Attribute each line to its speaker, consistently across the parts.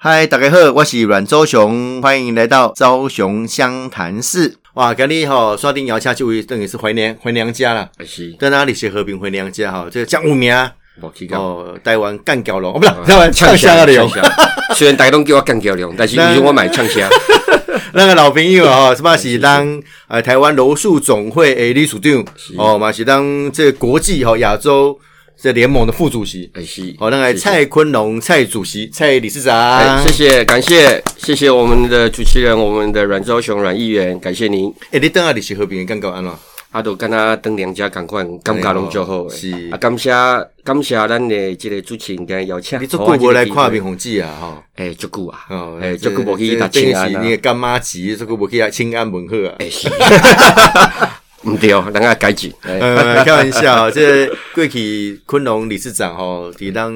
Speaker 1: 嗨，大家好，我是阮周雄，欢迎来到周雄湘潭市。哇，今日吼刷定摇下去，我等于是回娘回娘家了。
Speaker 2: 还是
Speaker 1: 在哪里是和平回娘家哈？这个江五名
Speaker 2: 我 去讲，
Speaker 1: 哦，台湾干掉龙哦，不是台湾呛虾的龙，
Speaker 2: 呛虾 虽然大家都叫我干掉龙，但是你说我买啊呛虾，
Speaker 1: 那个老朋友哦，什么是当呃台湾柔术总会诶理事长哦，嘛是当这个国际哦亚洲这联盟的副主席
Speaker 2: 还哎 是
Speaker 1: 哦，那个
Speaker 2: 谢谢
Speaker 1: 蔡坤龙蔡主席蔡理事
Speaker 2: 哎
Speaker 1: 长
Speaker 2: 谢。谢，感谢，谢谢我们的主持人，我们的阮昭雄阮议员，感谢您。
Speaker 1: 诶，你等下你是和平干掉安怎？
Speaker 2: 阿都跟他登娘家，赶快感觉拢就好的。
Speaker 1: 是
Speaker 2: 啊，感谢感谢咱的这个主持人的邀请，
Speaker 1: 你做
Speaker 2: 给我
Speaker 1: 久
Speaker 2: 这个
Speaker 1: 无来
Speaker 2: 机
Speaker 1: 看
Speaker 2: 会
Speaker 1: 平，宏志啊，吼。
Speaker 2: 哎，足久啊
Speaker 1: 哦，，
Speaker 2: 哎，
Speaker 1: 这
Speaker 2: 足久无去
Speaker 1: 这
Speaker 2: 打
Speaker 1: 这
Speaker 2: 清
Speaker 1: 是
Speaker 2: 安啊
Speaker 1: 你的干妈级，这个无去啊清安门口啊。
Speaker 2: 哎是， 唔对，哦人家改进。哎
Speaker 1: 呃，开玩笑哦，这过去昆龙理事长吼，伫咱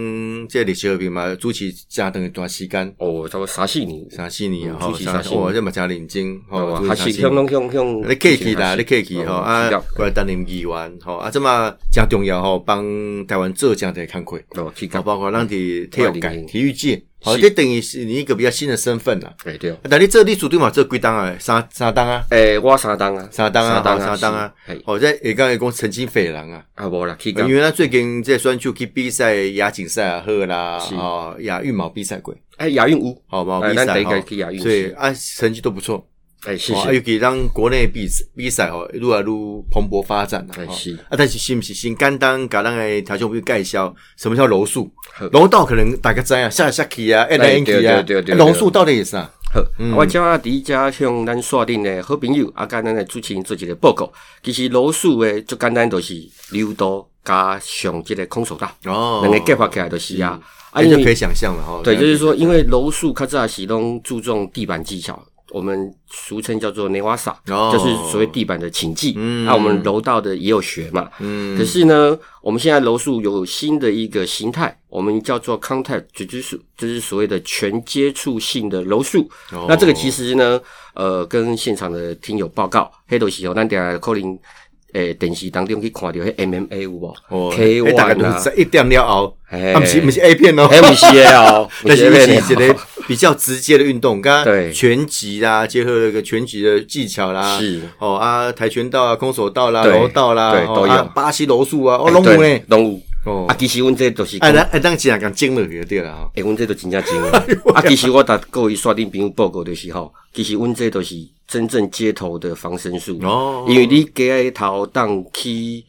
Speaker 1: 这历史和平嘛，主持真长一段时间，
Speaker 2: 哦，差不多三四年，
Speaker 1: 三四年啊哦
Speaker 2: 嗯
Speaker 1: 吼，
Speaker 2: 主持
Speaker 1: 三
Speaker 2: 三四年
Speaker 1: 哇，这嘛真认真吼，主
Speaker 2: 哦还
Speaker 1: 持三
Speaker 2: 是
Speaker 1: 四
Speaker 2: 向
Speaker 1: 年
Speaker 2: 拢向向，
Speaker 1: 你客气啦，你客气吼
Speaker 2: 哦
Speaker 1: 啊
Speaker 2: 是的，
Speaker 1: 我来担任议员吼啊，这嘛真重要吼，帮台湾做这样的工作，
Speaker 2: 哦，去
Speaker 1: 啊
Speaker 2: 搞，
Speaker 1: 包括咱伫体育界、
Speaker 2: 嗯
Speaker 1: 体育界，好，
Speaker 2: 是
Speaker 1: 这等于是你一个比较新的身份啦。啊
Speaker 2: 哎对。
Speaker 1: 但你这你组队嘛，做几档啊？三三档啊？
Speaker 2: 诶，我三档啊，
Speaker 1: 三档啊，
Speaker 2: 三档
Speaker 1: 好
Speaker 2: 啊，
Speaker 1: 三档啊
Speaker 2: 是嘿，
Speaker 1: 哦，这也刚才讲曾经斐人啊，
Speaker 2: 啊无啦，去
Speaker 1: 因
Speaker 2: 讲，
Speaker 1: 为他最近这选手去比赛亚锦赛啊，好啦，
Speaker 2: 是
Speaker 1: 哦，亚运毛比赛过，
Speaker 2: 哎，亚运有，
Speaker 1: 好毛
Speaker 2: 哎
Speaker 1: 比
Speaker 2: 咱
Speaker 1: 赛
Speaker 2: 第一
Speaker 1: 哈
Speaker 2: 个去亚运，
Speaker 1: 所以
Speaker 2: 是，
Speaker 1: 啊成绩都不错，
Speaker 2: 哎，谢
Speaker 1: 哦啊尤
Speaker 2: 谢，
Speaker 1: 其让国内比比赛哦，越来越蓬勃发展啦
Speaker 2: 哎
Speaker 1: 哦
Speaker 2: 是
Speaker 1: 啊，但是是不是先简单给咱的条件朋友介绍什么叫柔术
Speaker 2: 好？哎
Speaker 1: 柔道可能大家知啊，下来下去啊，按来按去啊，
Speaker 2: 对对对对对
Speaker 1: 柔术到底是啥？
Speaker 2: 好，
Speaker 1: 嗯
Speaker 2: 啊我今啊伫遮向咱锁定的好朋友啊，甲咱的主持人做一个报告。其实老鼠的最简单就是溜道加上这个空手道，
Speaker 1: 哦
Speaker 2: 两个结合起来就是啊，啊
Speaker 1: 哎，
Speaker 2: 因
Speaker 1: 就
Speaker 2: 为
Speaker 1: 可以想象了哈。
Speaker 2: 对，就是说，因
Speaker 1: 为
Speaker 2: 为柔术它扎西东注重地板技巧，我们俗称叫做内瓦萨，
Speaker 1: 哦
Speaker 2: 就是所谓地板的擒技。
Speaker 1: 嗯
Speaker 2: 那我们柔道的也有学嘛。
Speaker 1: 嗯
Speaker 2: 可是呢，我们现在柔术有新的一个形态，我们叫做 contact 就是就是所谓的全接触性的柔术。
Speaker 1: 哦
Speaker 2: 那这个其实呢，呃，跟现场的听友报告，黑头西有咱等下可能。诶，电视当中去看到迄 MMA 有无
Speaker 1: 哦，
Speaker 2: ？K
Speaker 1: 哎大概
Speaker 2: one
Speaker 1: 都
Speaker 2: 啊哎
Speaker 1: 是，在一点了后，
Speaker 2: 嘿
Speaker 1: 啊，不是不是 A 片哦，
Speaker 2: 哎，不是的 哦，不
Speaker 1: 但是
Speaker 2: 的
Speaker 1: 是
Speaker 2: 哦
Speaker 1: 一个比较直接的运动，刚
Speaker 2: 对
Speaker 1: 刚拳击啦，结合了一个拳击的技巧啦，
Speaker 2: 是
Speaker 1: 哦啊，跆拳道啊，空手道啦，
Speaker 2: 对
Speaker 1: 柔道啦，
Speaker 2: 对
Speaker 1: 哦
Speaker 2: 都有
Speaker 1: 啊巴西柔术啊，哦，
Speaker 2: 哎
Speaker 1: 拢有
Speaker 2: 对
Speaker 1: 呢，
Speaker 2: 拢有。
Speaker 1: 哦
Speaker 2: 啊，其实阮这都是讲，
Speaker 1: 哎，咱
Speaker 2: 哎，
Speaker 1: 哎，咱既然讲精了就对了哈，啊
Speaker 2: 阮这都真正真
Speaker 1: 哎
Speaker 2: 的。啊，其实我达各位刷顶朋友报告就是吼，其实阮这都是真正街头的防身术。
Speaker 1: 哦
Speaker 2: 因为你街头当去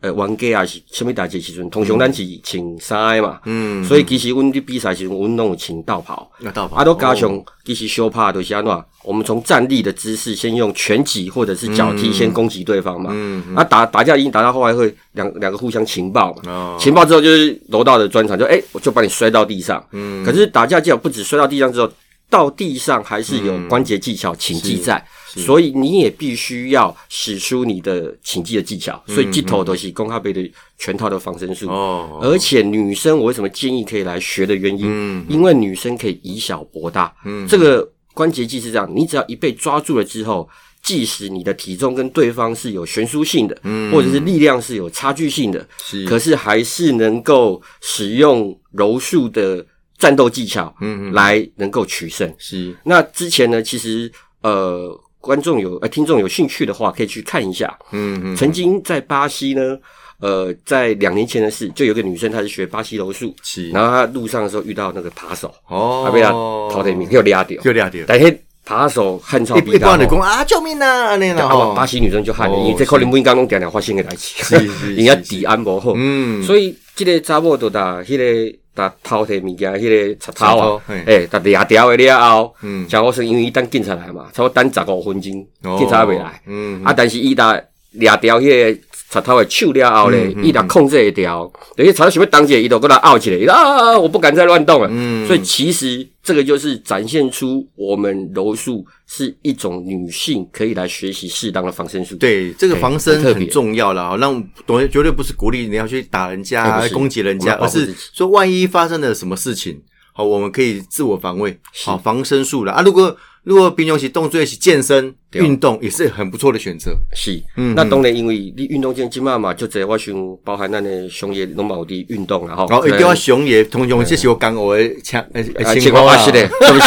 Speaker 2: 呃玩家啊是啥物代志的时阵，通常咱是穿衫的嘛，
Speaker 1: 嗯
Speaker 2: 所以其实阮伫比赛的时阵，阮拢有穿道袍。
Speaker 1: 那倒吧
Speaker 2: 啊，都加上其实修帕都是安怎？我们从站立的姿势，先用拳击或者是脚踢先攻击对方嘛。
Speaker 1: 嗯
Speaker 2: 啊，打打架已经打到后来会两两个互相情报嘛。
Speaker 1: 哦
Speaker 2: 情报之后就是柔道的专场，就哎、我就把你摔到地上。
Speaker 1: 嗯
Speaker 2: 可是打架技巧不止摔到地上之后，到地上还是有
Speaker 1: 嗯
Speaker 2: 关节技巧、擒技在，所以你也必须要使出你的擒技的技巧。所以击头都是攻卡贝的全套的防身术。
Speaker 1: 嗯哦，
Speaker 2: 而且女生，我为什么建议可以来学的原因，
Speaker 1: 嗯
Speaker 2: 因为女生可以以小博大。这个关节技是这样，你只要一被抓住了之后，即使你的体重跟对方是有悬殊性的，
Speaker 1: 嗯
Speaker 2: 或者是力量是有差距性的，
Speaker 1: 是
Speaker 2: 可是还是能够使用柔术的战斗技巧，
Speaker 1: 嗯
Speaker 2: 来能够取胜。
Speaker 1: 是
Speaker 2: 那之前呢，其实呃，观众有呃听众有兴趣的话，可以去看一下。
Speaker 1: 嗯嗯
Speaker 2: 曾经在巴西呢，呃，在两年前的事，就有一个女生，她是学巴西柔术，
Speaker 1: 是，
Speaker 2: 然后她路上的时候遇到那个扒手，
Speaker 1: 哦
Speaker 2: 她被她头对面又抓掉，
Speaker 1: 就俩掉，
Speaker 2: 但是扒手汉超
Speaker 1: 一
Speaker 2: 比
Speaker 1: 一
Speaker 2: 较
Speaker 1: 般就。讲啊，救命啊，安尼啦，
Speaker 2: 啊，
Speaker 1: 吼
Speaker 2: 巴西女生就喊
Speaker 1: 哦
Speaker 2: 你，因为这可能每刚拢点点发生的代志
Speaker 1: 是 是，
Speaker 2: 人家
Speaker 1: 是是
Speaker 2: 治安不好，
Speaker 1: 嗯，
Speaker 2: 所以这个查某就打迄个打偷摕物件，迄个贼头啊
Speaker 1: 贼头嘿，
Speaker 2: 诶，打掠掉的了后
Speaker 1: 嗯，
Speaker 2: 像我说，因为伊等警察来嘛，差不多等十五分钟，
Speaker 1: 哦
Speaker 2: 警察未来，
Speaker 1: 嗯
Speaker 2: 啊，但是伊打掠掉迄个贼头的手了后
Speaker 1: 嗯
Speaker 2: 咧，伊若控制会掉，等于贼头想要当一个，伊就搁来拗一个，伊说啊，我不敢再乱动了。
Speaker 1: 嗯
Speaker 2: 所以其实这个就是展现出我们柔术是一种女性可以来学习适当的防身术。
Speaker 1: 对，这个
Speaker 2: 对
Speaker 1: 防
Speaker 2: 哎很
Speaker 1: 身
Speaker 2: 特
Speaker 1: 很
Speaker 2: 别
Speaker 1: 重要啦，哦让绝绝对不是鼓励你要去打人家、
Speaker 2: 哎不是
Speaker 1: 攻击人
Speaker 2: 我
Speaker 1: 家，
Speaker 2: 们要
Speaker 1: 而
Speaker 2: 保护自己
Speaker 1: 是说万一发生了什么事情，好，我们可以自我防卫，好防身术啦。啊。如果如果平常时动作是健身
Speaker 2: 对
Speaker 1: 运动，也是很不错的选择。
Speaker 2: 是，
Speaker 1: 嗯
Speaker 2: 那当然，因为你运动健即嘛嘛，就这我想包含咱的商业拢嘛有伫运动啊啦吼。
Speaker 1: 哦然后一定要熊爷，通常这是我刚我的枪，呃，
Speaker 2: 啊，
Speaker 1: 青
Speaker 2: 情况
Speaker 1: 蛙
Speaker 2: 啊
Speaker 1: 啦
Speaker 2: 是 的，对不起，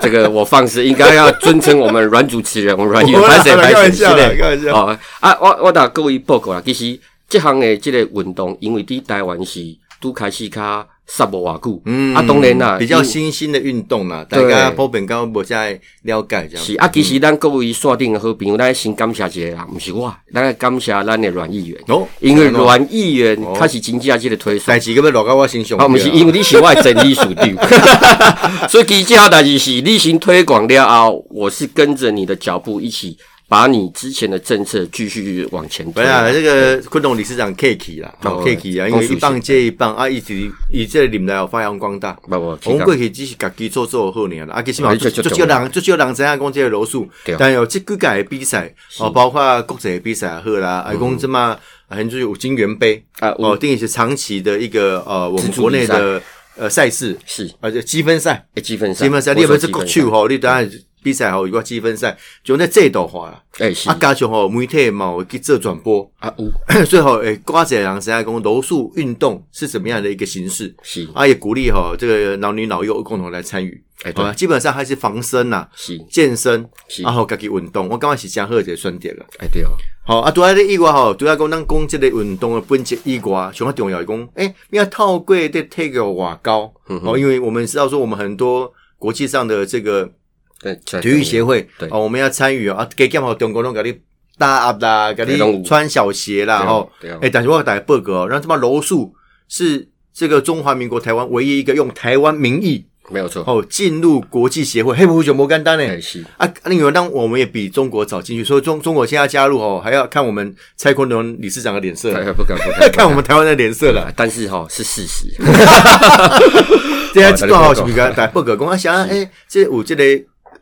Speaker 2: 这个我放肆，应该要尊称我们阮主持人，我们阮
Speaker 1: 我
Speaker 2: 演
Speaker 1: 啦
Speaker 2: 拍谁
Speaker 1: 开
Speaker 2: 拍
Speaker 1: 玩
Speaker 2: 谁，
Speaker 1: 笑
Speaker 2: 是
Speaker 1: 啦
Speaker 2: 的，
Speaker 1: 开玩笑
Speaker 2: 哦啊，我我打各位报告啦，其实这项的这个运动，因为伫台湾是拄开始较煞无偌久，
Speaker 1: 嗯
Speaker 2: 啊，当然啦，
Speaker 1: 比较
Speaker 2: 因
Speaker 1: 新兴的运动啦，大
Speaker 2: 对
Speaker 1: 家普遍刚无在了解这样。
Speaker 2: 是啊，其实咱各位线顶的好朋友，咱先感谢一下啦，毋是我，咱要感谢咱的阮议员，
Speaker 1: 哦
Speaker 2: 因为阮议员他是真正这个推手
Speaker 1: 代。志个要落到我身上去
Speaker 2: 啊，
Speaker 1: 啊，
Speaker 2: 毋是因为你是我的整理属地， 所以其实这项代志是你先推广了后，我是跟着你的脚步一起，把你之前的政策继续往前
Speaker 1: 不
Speaker 2: 推。
Speaker 1: 是啊，这个昆龙理事长 Kiki 啦，好
Speaker 2: 哦
Speaker 1: Kiki 啊，因
Speaker 2: 恭
Speaker 1: 为
Speaker 2: 喜
Speaker 1: 一棒接一棒啊，一直以这个领导发扬光大。
Speaker 2: 不不，
Speaker 1: 我
Speaker 2: 这
Speaker 1: 们
Speaker 2: 个
Speaker 1: 过去只是家己做做好尔啦，啊，其实嘛，
Speaker 2: 哎
Speaker 1: 就
Speaker 2: 这
Speaker 1: 就
Speaker 2: 这
Speaker 1: 少人，就少人知影讲这个罗数
Speaker 2: 对，
Speaker 1: 但有这几届的比赛，哦，包括国际的比赛也好啦，啊，讲这嘛，很就是有金元杯
Speaker 2: 嗯啊有
Speaker 1: 哦，定也是长期的一个呃，我们
Speaker 2: 自助
Speaker 1: 国内
Speaker 2: 比赛
Speaker 1: 的呃赛事，
Speaker 2: 是
Speaker 1: 而且积分赛，
Speaker 2: 诶积分赛，
Speaker 1: 积分赛，你有
Speaker 2: 啊
Speaker 1: 没
Speaker 2: 国
Speaker 1: 有这
Speaker 2: 手积
Speaker 1: 国
Speaker 2: 分
Speaker 1: 球
Speaker 2: 赛？
Speaker 1: 吼？你当然比赛吼有个积分赛，就那这度化啦，
Speaker 2: 哎是
Speaker 1: 啊，加上吼媒体嘛有去做转播，
Speaker 2: 啊 有
Speaker 1: 最后诶，瓜子人是在讲柔术运动是怎么样的一个形式，
Speaker 2: 是
Speaker 1: 啊，也鼓励哈这个老女老幼共同来参与。
Speaker 2: 哎
Speaker 1: 好
Speaker 2: 对
Speaker 1: 吧，基本上还是防身呐、
Speaker 2: 是
Speaker 1: 健身，
Speaker 2: 是
Speaker 1: 然后家己运动。我感觉是真好一个选择啦。
Speaker 2: 哎对哦，
Speaker 1: 好啊，除了这以外吼，除了讲咱讲这个运动的本质以外，上较重要是讲，诶、你要透过这体育外交，
Speaker 2: 嗯
Speaker 1: 哦，因为我们知道说我们很多国际上的这个
Speaker 2: 对
Speaker 1: 体育协会，
Speaker 2: 对
Speaker 1: 哦，我们要参与哦啊，给减好中国拢给你搭压啦，给
Speaker 2: 对都
Speaker 1: 你
Speaker 2: 有
Speaker 1: 穿小鞋啦，
Speaker 2: 对啊
Speaker 1: 吼
Speaker 2: 对啊，
Speaker 1: 哎，但是我打个报告哦，让他妈柔术是这个中华民国台湾唯一一个用台湾名义
Speaker 2: 没有错，
Speaker 1: 哦进入国际协会，黑不熊摩干单呢。
Speaker 2: 哎是
Speaker 1: 啊，另外，当我们也比中国早进去，所以中中国现在加入哦，还要看我们蔡坤龙理事长的脸色，
Speaker 2: 哎不敢不 敢，
Speaker 1: 看我们台湾的脸色了。
Speaker 2: 啊，但是哈是事实，
Speaker 1: 这下这段吼是不是跟大家报告讲啊？想诶，这有这个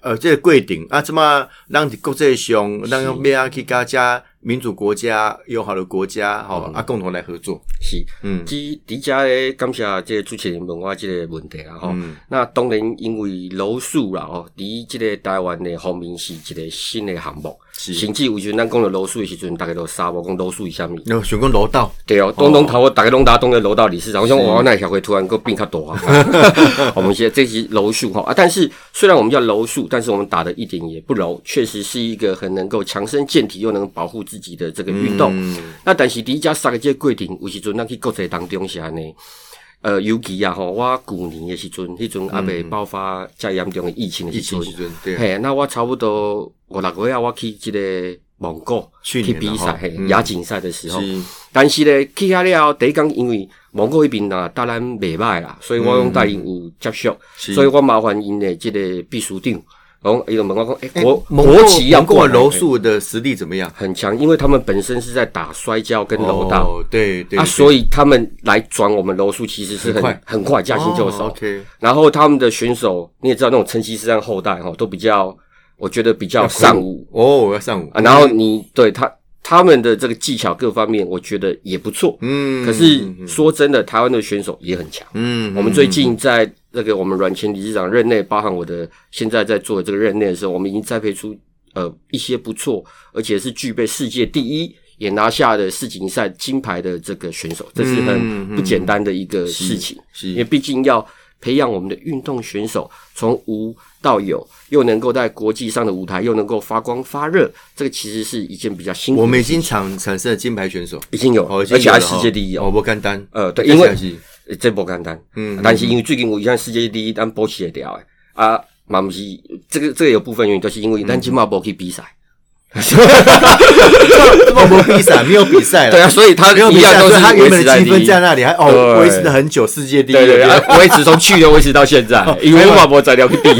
Speaker 1: 呃，这个规定啊，怎么咱伫国际上，咱要要去跟加民主国家、友好的国家，吼、啊，共同来合作。
Speaker 2: 是，
Speaker 1: 嗯
Speaker 2: 嗯，即伫遮咧感谢即个主持人问我即个问题啦啊吼。
Speaker 1: 嗯
Speaker 2: 那当然因为楼数啦吼，伫即个台湾的方面是一个新的项目，
Speaker 1: 是
Speaker 2: 甚至有时阵咱讲到楼数的时阵，大家都沙无讲楼数是啥物。
Speaker 1: 那选讲楼道，
Speaker 2: 对哦，东东头我大家拢打东的楼道理事长，我想我那小会突然够变较大。啊 我们现在这集楼数哈啊，但是虽然我们叫楼数，但是我们打的一点也不柔，确实是一个很能够强身健体又能保护自己的这个运动。
Speaker 1: 嗯
Speaker 2: 那但是迪加三个这个过程，有时阵咱去国际当中是安尼。呃，尤其啊吼，我旧年的时阵，迄阵还未爆发遮严重的疫情的
Speaker 1: 嗯疫
Speaker 2: 时
Speaker 1: 情
Speaker 2: 阵
Speaker 1: 时，阵对，啊
Speaker 2: 嘿，那我差不多五六个月，啊我去这个蒙古
Speaker 1: 去年啊
Speaker 2: 比
Speaker 1: 吼
Speaker 2: 赛，嘿
Speaker 1: 嗯
Speaker 2: 亚锦赛的时候
Speaker 1: 是，
Speaker 2: 但是咧去遐了后，第一工因为蒙古迄边啊，搭咱袂歹啦，所以我讲带因有接触，
Speaker 1: 嗯是
Speaker 2: 所以我麻烦因的这个秘书长，讲伊就问我讲，诶、
Speaker 1: 诶
Speaker 2: 国
Speaker 1: 蒙
Speaker 2: 国旗要
Speaker 1: 蒙古的
Speaker 2: 过来
Speaker 1: 柔
Speaker 2: 嘿
Speaker 1: 术的实力怎么样？
Speaker 2: 很强，因为他们本身是在打摔跤跟柔道。
Speaker 1: 哦，对对
Speaker 2: 啊，
Speaker 1: 对
Speaker 2: 所以他们来转我们柔术其实是
Speaker 1: 很
Speaker 2: 很
Speaker 1: 快
Speaker 2: 很快，驾轻就熟。
Speaker 1: 哦 OK，
Speaker 2: 然后他们的选手，你也知道那种成吉思汗后代哈，都比较，我觉得比较尚武
Speaker 1: 哦，我要上午
Speaker 2: 啊。然后你对他他们的这个技巧各方面，我觉得也不错。
Speaker 1: 嗯，
Speaker 2: 可是说真的，台湾的选手也很强。
Speaker 1: 嗯，
Speaker 2: 我们最近在那个我们阮前理事长任内，包含我的现在在做的这个任内的时候，我们已经栽培出呃一些不错，而且是具备世界第一，也拿下了世锦赛金牌的这个选手，这是
Speaker 1: 嗯
Speaker 2: 很
Speaker 1: 嗯
Speaker 2: 不简单的一个事情。
Speaker 1: 是
Speaker 2: 因为毕竟要培养我们的运动选手从无到有，又能够在国际上的舞台又能够发光发热，这个其实是一件比较辛苦的事情。
Speaker 1: 我们已经产产生了金牌选手，
Speaker 2: 已经有，
Speaker 1: 哦，
Speaker 2: 而
Speaker 1: 已经
Speaker 2: 且还
Speaker 1: 有了
Speaker 2: 世界第一
Speaker 1: 哦，不简单，
Speaker 2: 呃，对，因为
Speaker 1: 但是还是
Speaker 2: 呃这不简单，嗯，但是因为最近我像世界第一，咱保持得掉诶，啊，嘛不是这个这个有部分原因，就是因为咱今嘛无去比赛，
Speaker 1: 嗯这么没比赛，没有比赛了，
Speaker 2: 对啊，所以他
Speaker 1: 没有
Speaker 2: 一
Speaker 1: 比
Speaker 2: 样
Speaker 1: 赛，
Speaker 2: 都
Speaker 1: 所
Speaker 2: 是
Speaker 1: 以他原
Speaker 2: 维
Speaker 1: 本
Speaker 2: 持
Speaker 1: 的积
Speaker 2: 第
Speaker 1: 分
Speaker 2: 一
Speaker 1: 在，那里，还哦
Speaker 2: 对
Speaker 1: 维持了很久，世界第一，哦
Speaker 2: 对对对，
Speaker 1: 啊，
Speaker 2: 啊维持从去年维持到现 在，因为我嘛无再了去比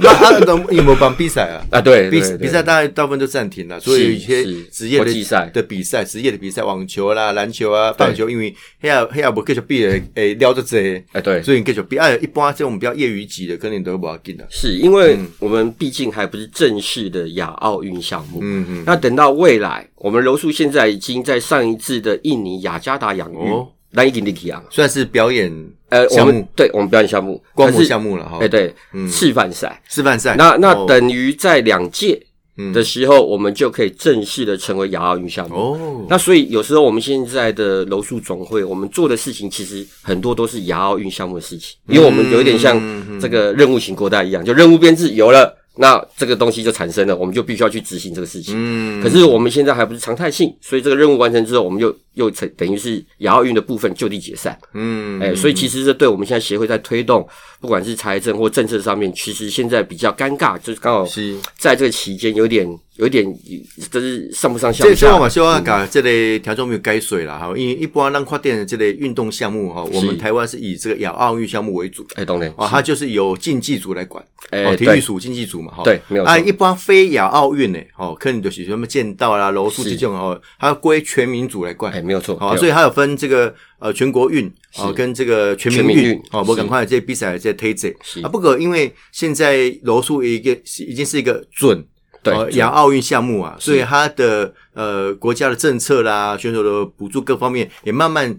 Speaker 1: 那 他能有没有帮比赛啊？
Speaker 2: 啊，对，
Speaker 1: 比
Speaker 2: 对对
Speaker 1: 比赛大概大部分都暂停了，所以有一些
Speaker 2: 是
Speaker 1: 职业
Speaker 2: 国际
Speaker 1: 的
Speaker 2: 赛
Speaker 1: 的比赛，职业的比赛，网球啦、篮球啊、棒球，因为黑亚黑亚不继续比的，诶，聊着这，
Speaker 2: 哎对。
Speaker 1: 所以你继续比。哎，一般这种比较业余级的，可能都不要进了。
Speaker 2: 是因为我们毕竟还不是正式的亚奥运项目，
Speaker 1: 嗯嗯，
Speaker 2: 那等到未来，我们柔术现在已经在上一次的印尼雅加达亚运、
Speaker 1: 哦
Speaker 2: 那一定力啊。
Speaker 1: 算是表演
Speaker 2: 呃，我
Speaker 1: 项
Speaker 2: 们
Speaker 1: 目
Speaker 2: 对我们表演项目，
Speaker 1: 光
Speaker 2: 但
Speaker 1: 谱
Speaker 2: 是
Speaker 1: 项目了哈
Speaker 2: 哎、。对，
Speaker 1: 嗯
Speaker 2: 示范赛。
Speaker 1: 示范赛，
Speaker 2: 那那
Speaker 1: 哦
Speaker 2: 等于在两届
Speaker 1: 嗯
Speaker 2: 的时候，我们就可以正式的成为亚奥运项目。
Speaker 1: 哦，
Speaker 2: 那所以有时候我们现在的柔术总会，我们做的事情其实很多都是亚奥运项目的事情，
Speaker 1: 嗯
Speaker 2: 因为我们有一点像这个任务型国代一样，就任务编制有了，那这个东西就产生了，我们就必须要去执行这个事情。
Speaker 1: 嗯
Speaker 2: 可是我们现在还不是常态性，所以这个任务完成之后，我们又又成等于是亚奥运的部分就地解散。
Speaker 1: 嗯
Speaker 2: 哎、所以其实这对我们现在协会在推动，不管是财政或政策上面，其实现在比较尴尬，就是刚好
Speaker 1: 是。
Speaker 2: 在这个期间有点有点，就是上不上下
Speaker 1: 这
Speaker 2: 不
Speaker 1: 个我
Speaker 2: 下。嗯
Speaker 1: 嘛希望啊甲这个听众朋友解水啦，哈，因为一般咱看电的这类运动项目哈，我们
Speaker 2: 是
Speaker 1: 台湾是以这个亚奥运项目为主，
Speaker 2: 哎，懂了。
Speaker 1: 哦，它就是由竞技组来管，
Speaker 2: 哎
Speaker 1: 哦，体
Speaker 2: 对
Speaker 1: 育署、竞技组嘛，哈，
Speaker 2: 对没有
Speaker 1: 啊，
Speaker 2: 错
Speaker 1: 一般非亚奥运呢，哦，可能就是什么剑道啦、柔术
Speaker 2: 是
Speaker 1: 这种哦，它归全民组来管
Speaker 2: 哎，，没有错。
Speaker 1: 好、哦
Speaker 2: 对
Speaker 1: 所以它有分这个呃全国运哦、跟这个全民
Speaker 2: 全民运
Speaker 1: 运哦，我
Speaker 2: 是
Speaker 1: 赶快这些比赛这些推荐
Speaker 2: 是
Speaker 1: 啊。不过因为现在柔术一个是已经是一个准。
Speaker 2: 对
Speaker 1: 呃
Speaker 2: 准
Speaker 1: 亚奥运项目啊，所以它的呃国家的政策啦、选手的补助各方面也慢慢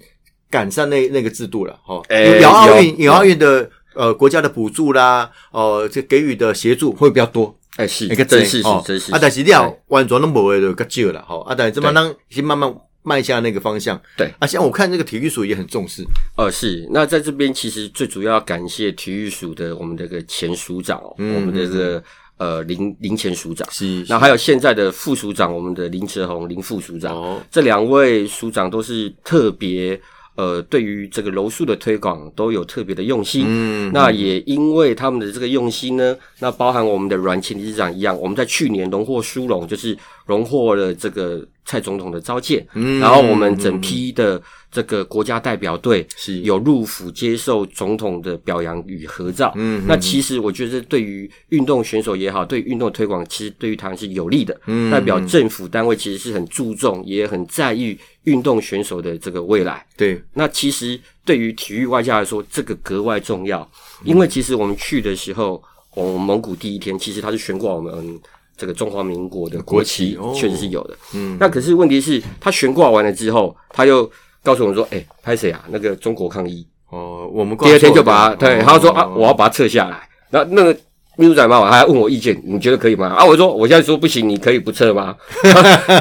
Speaker 1: 赶上那那个制度了。哦，
Speaker 2: 哎
Speaker 1: 因为亚奥运
Speaker 2: 有
Speaker 1: 亚奥运的呃国家的补助啦，哦，这给予的协助会比较多。
Speaker 2: 哎，是，
Speaker 1: 一个
Speaker 2: 真是
Speaker 1: 哦
Speaker 2: 是真是。
Speaker 1: 啊，但是你要完全都无的就较少了吼，啊，但是这么让先慢慢迈向那个方向。
Speaker 2: 对
Speaker 1: 啊，像我看这个体育署也很重视，
Speaker 2: 呃，是。那在这边其实最主要要感谢体育署的我们这个前署长哦，
Speaker 1: 嗯
Speaker 2: 我们的这个呃林林前署长，
Speaker 1: 是
Speaker 2: 那还有现在的副署长，我们的林哲宏林副署长，
Speaker 1: 哦，
Speaker 2: 这两位署长都是特别呃，对于这个柔术的推广都有特别的用心。
Speaker 1: 嗯
Speaker 2: 那也因为他们的这个用心呢，那包含我们的阮前理事长一样，我们在去年荣获殊荣，就是荣获了这个蔡总统的召见，
Speaker 1: 嗯嗯
Speaker 2: 然后我们整批的这个国家代表队
Speaker 1: 是
Speaker 2: 有入府接受总统的表扬与合照。
Speaker 1: 嗯
Speaker 2: 那其实我觉得对于运动选手也好，对运动推广，其实对于台湾是有利的。
Speaker 1: 嗯
Speaker 2: 代表政府单位其实是很注重，也很在意运动选手的这个未来。
Speaker 1: 对，
Speaker 2: 那其实对于体育外交来说，这个格外重要，
Speaker 1: 嗯
Speaker 2: 因为其实我们去的时候，我们蒙古第一天，其实它是悬挂我们这个中华民国的国旗
Speaker 1: 国旗哦，
Speaker 2: 确实是有的。
Speaker 1: 嗯，
Speaker 2: 那可是问题是，它悬挂完了之后，他又告诉我们说：“哎，拍谁啊？那个中国抗议。
Speaker 1: 哦，我们”挂
Speaker 2: 第二天就
Speaker 1: 错
Speaker 2: 把它
Speaker 1: 了
Speaker 2: 对，
Speaker 1: 哦
Speaker 2: 他就说：“啊，我要把它撤下来。”然后那个。秘书长嘛，我还问我意见，你觉得可以吗？啊，我说我现在说不行，你可以不撤吗？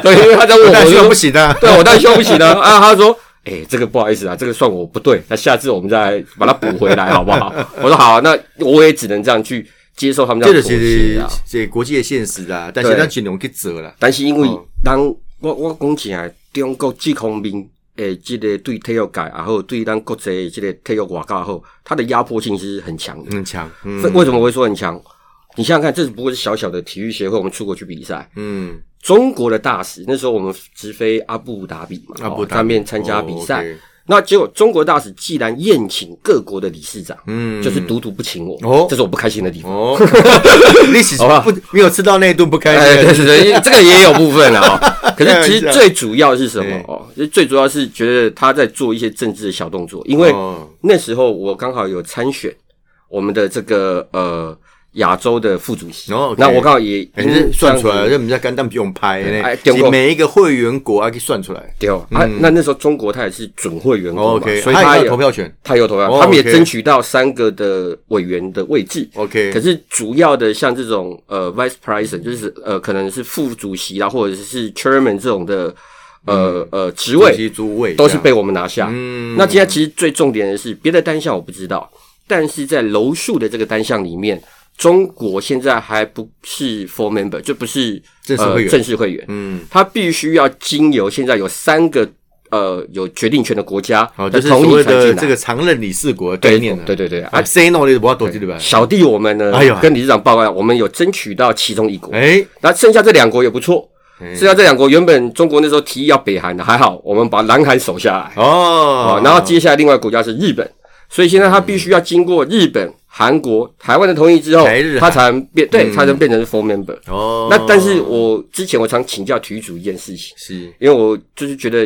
Speaker 2: 对，因为他在问我，
Speaker 1: 但
Speaker 2: 我
Speaker 1: 是
Speaker 2: 说
Speaker 1: 不行啊的，
Speaker 2: 对我当然修不起了啊。他说：“哎、这个不好意思啊，这个算我不对，那下次我们再把它补回来，好不好？” 我说：“好、啊，那我也只能这样去接受他们这
Speaker 1: 这
Speaker 2: 样
Speaker 1: 个其
Speaker 2: 的妥
Speaker 1: 实
Speaker 2: 协啊。
Speaker 1: 这国际的现实啊，但是
Speaker 2: 对
Speaker 1: 咱尽量去做啦。
Speaker 2: 但是因为
Speaker 1: 哦
Speaker 2: 咱我我讲起来，中国这方面诶，这个对体育界也好，对咱国际的这个体育外交也好，它的压迫性是很强的。
Speaker 1: 很强，嗯
Speaker 2: 为为什么会说很强？你想想看，这只不过是小小的体育协会，我们出国去比赛，
Speaker 1: 嗯，
Speaker 2: 中国的大使那时候我们直飞阿布达比嘛，
Speaker 1: 阿布
Speaker 2: 哦
Speaker 1: 达比
Speaker 2: 那边参加比赛。
Speaker 1: 哦，OK
Speaker 2: 那结果中国大使既然宴请各国的理事长，
Speaker 1: 嗯
Speaker 2: 就是独独不请我，
Speaker 1: 哦
Speaker 2: 这是我不开心的地方。
Speaker 1: 哦， 历史
Speaker 2: 好吧
Speaker 1: 不没有吃到那一顿不开
Speaker 2: 哎，对
Speaker 1: 心，
Speaker 2: 对对，这个也有部分啊、 哦。可
Speaker 1: 开玩
Speaker 2: 是
Speaker 1: 笑
Speaker 2: 其实最主要是什么
Speaker 1: 对
Speaker 2: 哦？就最主要是觉得他在做一些政治的小动作，因为
Speaker 1: 哦
Speaker 2: 那时候我刚好有参选我们的这个呃亚洲的副主席，
Speaker 1: 哦，OK
Speaker 2: 那我刚好也
Speaker 1: 哎
Speaker 2: 因为
Speaker 1: 这算出
Speaker 2: 嗯这
Speaker 1: 来
Speaker 2: 样
Speaker 1: 了，
Speaker 2: 子
Speaker 1: 这不叫干蛋不用拍
Speaker 2: 哎
Speaker 1: 呢，
Speaker 2: 中
Speaker 1: 是
Speaker 2: 国
Speaker 1: 每一个会员国啊，可以算出来。
Speaker 2: 对哦啊。那那时候中国他也是准会员
Speaker 1: 嗯哦
Speaker 2: 工嘛，
Speaker 1: OK，
Speaker 2: 所以
Speaker 1: 他
Speaker 2: 他
Speaker 1: 也
Speaker 2: 也
Speaker 1: 有投票权。
Speaker 2: 他有投票，
Speaker 1: 哦
Speaker 2: 他们也
Speaker 1: OK
Speaker 2: 争取到三个的委员的位置。
Speaker 1: OK，
Speaker 2: 可是主要的像这种呃 vice president，就是呃可能是副主席啦，或者是 chairman 这种的
Speaker 1: 嗯
Speaker 2: 呃、呃职
Speaker 1: 主
Speaker 2: 位，
Speaker 1: 席诸位
Speaker 2: 都是被我们拿下。
Speaker 1: 嗯
Speaker 2: 那今天其实最重点的是，别的单项我不知道，但是在楼数的这个单项里面，中国现在还不是 full member，就不是
Speaker 1: 正式会员
Speaker 2: 呃、正式会员，
Speaker 1: 嗯，
Speaker 2: 他必须要经由现在有三个呃有决定权的国家
Speaker 1: 好，
Speaker 2: 的
Speaker 1: 哦就是
Speaker 2: 同
Speaker 1: 所
Speaker 2: 意
Speaker 1: 谓
Speaker 2: 才进
Speaker 1: 的
Speaker 2: 来。
Speaker 1: 这个常任理事国的概
Speaker 2: 对
Speaker 1: 念啊
Speaker 2: 对对对啊
Speaker 1: 啊，，say no 你不要躲这里吧。
Speaker 2: 小弟我们呢，
Speaker 1: 哎呦
Speaker 2: 跟理事长报告，我们有争取到其中一国，
Speaker 1: 哎，
Speaker 2: 那剩下这两国也不错。
Speaker 1: 哎
Speaker 2: 剩下这两国原本中国那时候提议要北韩的，还好我们把南韩守下来。
Speaker 1: 哦
Speaker 2: 哦，，然后接下来另外一个国家是日本，所以现在他必须要经过日本、韩国、台湾的同意之后
Speaker 1: 台日，嗯
Speaker 2: 他才能变对，才能变成是 full member。
Speaker 1: 哦，
Speaker 2: 那但是我之前我常请教体育组一件事情，
Speaker 1: 是
Speaker 2: 因为我就是觉得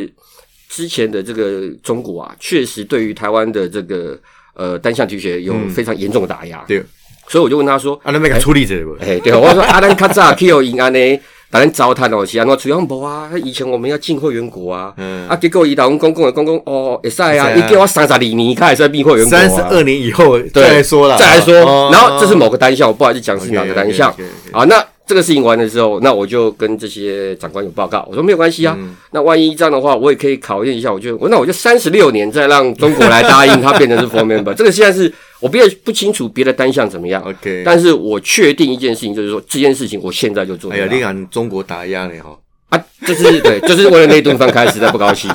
Speaker 2: 之前的这个中国啊，确实对于台湾的这个呃单项体育学有非常严重的打压，
Speaker 1: 对，
Speaker 2: 所以我就问他说，
Speaker 1: 啊，
Speaker 2: 哎
Speaker 1: 那边给处理这个，
Speaker 2: 哎、对，我说阿兰卡扎 Q 赢安呢，当然糟蹋哦，是安怎主要无啊，以前我们要进会员国啊，
Speaker 1: 嗯
Speaker 2: 啊，结果伊老公讲讲的讲讲哦，会使啊，
Speaker 1: 会
Speaker 2: 伊
Speaker 1: 使啊
Speaker 2: 叫我三十二年，他还是进会员国啊，
Speaker 1: 三十二年以后
Speaker 2: 对，
Speaker 1: 再来说了，
Speaker 2: 再来说。
Speaker 1: 哦
Speaker 2: 然后这是某个单项，我不好意思讲是
Speaker 1: OK，
Speaker 2: 哪个单项
Speaker 1: OK，OK，OK
Speaker 2: 啊。那这个事情完了之后，那我就跟这些长官有报告，我说没有关系啊。
Speaker 1: 嗯
Speaker 2: 那万一这样的话，我也可以考验一下，我就我那我就三十六年再让中国来答应他变成是 full member。这个现在是我别不清楚别的单项怎么样，
Speaker 1: OK，
Speaker 2: 但是我确定一件事情，就是说这件事情我现在就做
Speaker 1: 哎
Speaker 2: 得
Speaker 1: 呀，
Speaker 2: 到。
Speaker 1: 你看中国打压了哈，
Speaker 2: 啊，就是对，就是为了那顿饭开始在不高 兴，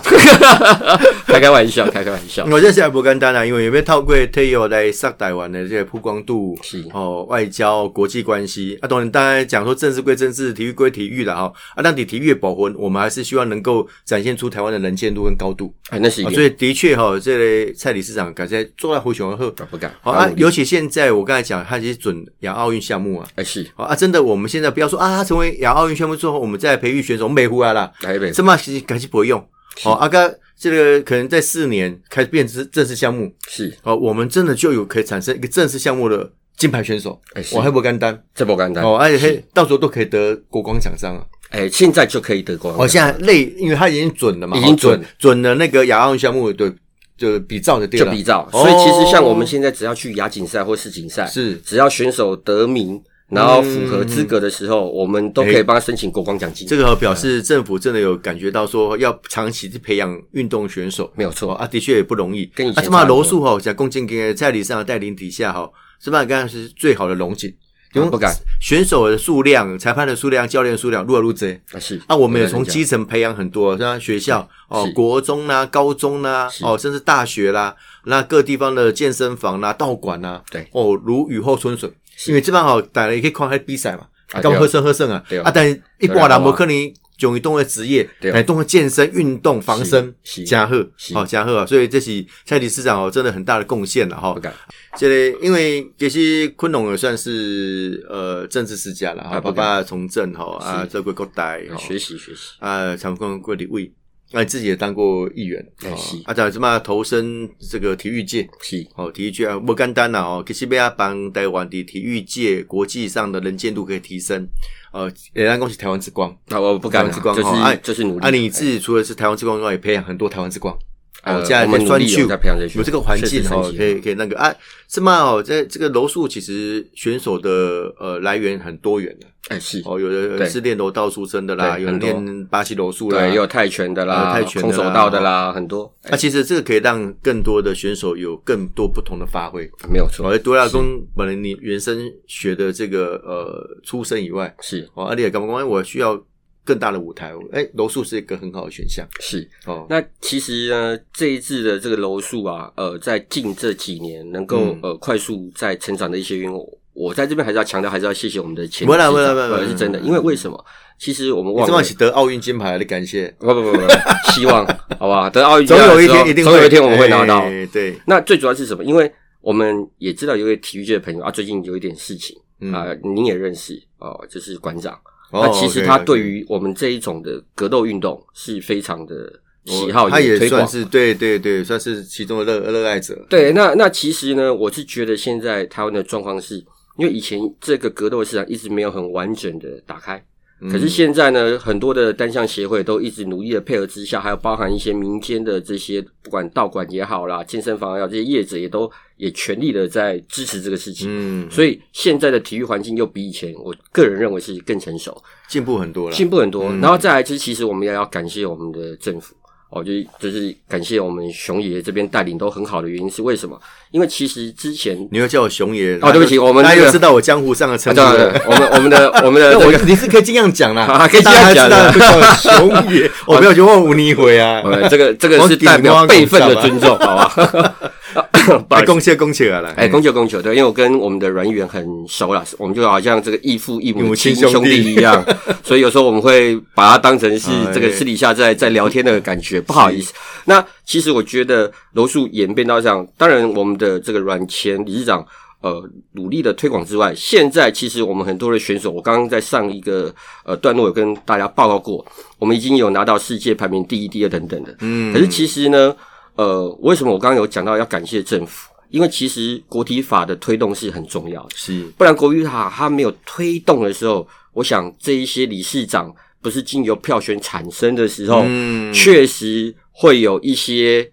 Speaker 2: 开开玩笑，开开玩笑。
Speaker 1: 我这现在不简单啊，因为有没有透过退友来上台湾的这些曝光度，
Speaker 2: 是
Speaker 1: 哦，外交、国际关系啊，当然，当然讲说政治归政治，体育归体育了哈啊，但你体育的保魂，我们还是希望能够展现出台湾的能见度跟高度。
Speaker 2: 哎，那是一
Speaker 1: 啊、
Speaker 2: 点
Speaker 1: 所以的确哈、这类蔡理事长感觉做到回熊后，
Speaker 2: 啊不敢。
Speaker 1: 好啊
Speaker 2: 当，然
Speaker 1: 尤其现在我刚才讲，他其实准亚奥运项目啊，
Speaker 2: 哎是
Speaker 1: 好啊，真的，我们现在不要说啊，他成为亚奥运项目之后，我们再来培育选手，美湖啊啦，
Speaker 2: 台北
Speaker 1: 这么其实感谢不会用。好、阿、啊、刚这个可能在四年开始变成正式项目，
Speaker 2: 是
Speaker 1: 哦，我们真的就有可以产生一个正式项目的金牌选手，
Speaker 2: 哎是
Speaker 1: 我还不简单
Speaker 2: 这不简单。
Speaker 1: 哦，而且嘿到时候都可以得国光奖章啊！
Speaker 2: 哎、现在就可以得冠。
Speaker 1: 哦，现在类，因为他已经准了嘛，
Speaker 2: 已经
Speaker 1: 哦
Speaker 2: 准
Speaker 1: 准了那个亚奥运项目的就比照的对
Speaker 2: 就
Speaker 1: 了，
Speaker 2: 比照，
Speaker 1: 哦
Speaker 2: 所以其实像我们现在只要去亚锦赛或世锦赛，
Speaker 1: 是
Speaker 2: 只要选手得名，然后符合资格的时候，我们都可以帮他申请国光奖金。
Speaker 1: 这个表示政府真的有感觉到说要长期去培养运动选手，
Speaker 2: 没有
Speaker 1: 哦
Speaker 2: 错，
Speaker 1: 啊，的确也不容易。
Speaker 2: 跟以前
Speaker 1: 啊，这么
Speaker 2: 差很多
Speaker 1: 罗素哈，在龚建跟蔡理事长的带领底下哈，这么刚才是最好的龙井，
Speaker 2: 啊不敢
Speaker 1: 选手的数量、裁判的数量、教练的数量，如何如贼。
Speaker 2: 啊是
Speaker 1: 啊，我们也
Speaker 2: 对
Speaker 1: 从
Speaker 2: 这样
Speaker 1: 基层培养很多，像学校哦
Speaker 2: 是，
Speaker 1: 国中啦、高中啦，
Speaker 2: 是
Speaker 1: 哦，甚至大学啦，那各地方的健身房啦、道馆啦，
Speaker 2: 对
Speaker 1: 哦，如雨后春笋。
Speaker 2: 是
Speaker 1: 因为这帮好打了也可以看那比赛嘛，
Speaker 2: 啊
Speaker 1: 干
Speaker 2: 对
Speaker 1: 嘛
Speaker 2: 哦
Speaker 1: 喝胜喝胜啊
Speaker 2: 对哦？
Speaker 1: 啊，但一般
Speaker 2: 当然
Speaker 1: 人
Speaker 2: 好啊
Speaker 1: 无可能用于动个职业，
Speaker 2: 对哦
Speaker 1: 来动个健身、运动、防身
Speaker 2: 是是
Speaker 1: 加贺，
Speaker 2: 是
Speaker 1: 好加贺啊！所以这是蔡理事长哦，真的很大的贡献了哈
Speaker 2: 不。敢
Speaker 1: 这个因为其实昆龙也算是呃政治世家了哈，
Speaker 2: 啊
Speaker 1: 爸
Speaker 2: 不敢
Speaker 1: 爸从政哈啊，
Speaker 2: 是
Speaker 1: 这个国代哈
Speaker 2: 学习学习，
Speaker 1: 啊，长官过立委，那、啊、自己也当过议员
Speaker 2: 哎
Speaker 1: 哦
Speaker 2: 是
Speaker 1: 啊，怎什么投身这个体育界？
Speaker 2: 是
Speaker 1: 哦，体育界啊，不简单啦哦，其实要帮台湾的体育界国际上的能见度可以提升，呃，也让恭喜台湾之光。
Speaker 2: 那我不敢啊，
Speaker 1: 台湾之光
Speaker 2: 就是、
Speaker 1: 哦哎
Speaker 2: 就是努力。
Speaker 1: 啊，你自己除了是台湾之光之外，也培养很多台湾之光。
Speaker 2: 呃
Speaker 1: 哦，现在
Speaker 2: 我们
Speaker 1: 在
Speaker 2: 努
Speaker 1: 酸
Speaker 2: 力
Speaker 1: 球
Speaker 2: 有在培养这些，
Speaker 1: 有这个环境
Speaker 2: 确实
Speaker 1: 哦
Speaker 2: 升，级
Speaker 1: 可以可以那个啊，是嘛哦，在这个柔术其实选手的呃来源很多元的
Speaker 2: 哎、是。
Speaker 1: 哦，有的
Speaker 2: 对
Speaker 1: 是练柔道出身的啦，
Speaker 2: 对
Speaker 1: 有人
Speaker 2: 很多
Speaker 1: 练巴西柔术啦，
Speaker 2: 对，也有泰拳的啦，
Speaker 1: 有泰拳的
Speaker 2: 空
Speaker 1: 啦哦
Speaker 2: 手道的啦，很多，哎
Speaker 1: 那、其实这个可以让更多的选手有更多不同的发挥。哦
Speaker 2: 没有错，
Speaker 1: 而多拉公本来你原生学的这个呃出身以外，
Speaker 2: 是
Speaker 1: 哦，而且刚刚我需要更大的舞台，哎、柔术是一个很好的选项
Speaker 2: 是。
Speaker 1: 哦。
Speaker 2: 那其实呢，这一次的这个楼数啊，呃，在近这几年能够、
Speaker 1: 嗯
Speaker 2: 呃快速在成长的一些因我我在这边还是要强调，还是要谢谢我们的前
Speaker 1: 不啦
Speaker 2: 市
Speaker 1: 不啦
Speaker 2: 长
Speaker 1: 不啦不啦嗯
Speaker 2: 呃是真的，因为为什么？其实我们
Speaker 1: 你
Speaker 2: 忘
Speaker 1: 这
Speaker 2: 了
Speaker 1: 么。是得奥运金牌的，感谢。
Speaker 2: 不不不不，不希望好吧，等奥运
Speaker 1: 总
Speaker 2: 回来
Speaker 1: 有一
Speaker 2: 之后
Speaker 1: 天一定会，
Speaker 2: 总有一天我们会拿到。
Speaker 1: 哎对，
Speaker 2: 那最主要是什么？因为我们也知道有一位体育界的朋友啊，最近有一点事情
Speaker 1: 嗯
Speaker 2: 啊、您也认识哦、就是馆长。
Speaker 1: 哦
Speaker 2: 那其实
Speaker 1: OK，
Speaker 2: 他
Speaker 1: OK
Speaker 2: 对于我们这一种的格斗运动是非常的喜好，
Speaker 1: 他也
Speaker 2: 推
Speaker 1: 算。
Speaker 2: 广
Speaker 1: 是对对对，算是其中的热热爱者。
Speaker 2: 对，那那其实呢，我是觉得现在台湾的状况是，因为以前这个格斗市场一直没有很完整的打开，
Speaker 1: 嗯
Speaker 2: 可是现在呢，很多的单项协会都一直努力的配合之下，还有包含一些民间的这些，不管道馆也好啦，健身房也好，啊这些业者也都也全力的在支持这个事情。
Speaker 1: 嗯，
Speaker 2: 所以现在的体育环境又比以前，我个人认为是更成熟。
Speaker 1: 进步很多了。
Speaker 2: 进步很多。
Speaker 1: 嗯
Speaker 2: 然后再来就是，其实我们也要感谢我们的政府哦，就是就是感谢我们熊爷这边带领都很好的原因是为什么？因为其实之前
Speaker 1: 你又叫我熊爷
Speaker 2: 哦对不起我们
Speaker 1: 大家
Speaker 2: 那
Speaker 1: 又
Speaker 2: 个
Speaker 1: 知道我江湖上的
Speaker 2: 啊，
Speaker 1: 称呼
Speaker 2: 对
Speaker 1: 了
Speaker 2: 对。对，我们我 们的我们的
Speaker 1: 那我
Speaker 2: 这个
Speaker 1: 你是可以尽量讲啦
Speaker 2: 啊，可以尽量讲
Speaker 1: 大家
Speaker 2: 啦
Speaker 1: 知道叫熊 野，我没有就问吴你回啊，
Speaker 2: 呃这个这个
Speaker 1: 我
Speaker 2: 是
Speaker 1: 顶
Speaker 2: 代表
Speaker 1: 光
Speaker 2: 辈分的
Speaker 1: 拱
Speaker 2: 尊重，好吧？ 啊 不好
Speaker 1: 来
Speaker 2: 意思
Speaker 1: 恭喜恭喜啊来，
Speaker 2: 哎，，公球公球，对，因为我跟我们的阮议员很熟了，我们就好像这个异父异母
Speaker 1: 母
Speaker 2: 亲
Speaker 1: 亲
Speaker 2: 兄
Speaker 1: 兄弟
Speaker 2: 弟一 样，所以有时候我们会把它当成是
Speaker 1: 哎
Speaker 2: 这个私底下在在聊天的感觉，不好意思。那其实我觉得楼数演变到这样，当然我们的这个阮前理事长。呃，努力的推广之外，现在其实我们很多的选手，我刚刚在上一个呃段落有跟大家报告过，我们已经有拿到世界排名第一、第二等等的。
Speaker 1: 嗯
Speaker 2: 可是其实呢，呃，为什么我刚刚有讲到要感谢政府？因为其实国体法的推动是很重要的，
Speaker 1: 是
Speaker 2: 不然国体法它没有推动的时候，我想这一些理事长不是经由票选产生的时候，
Speaker 1: 嗯
Speaker 2: 确实会有一些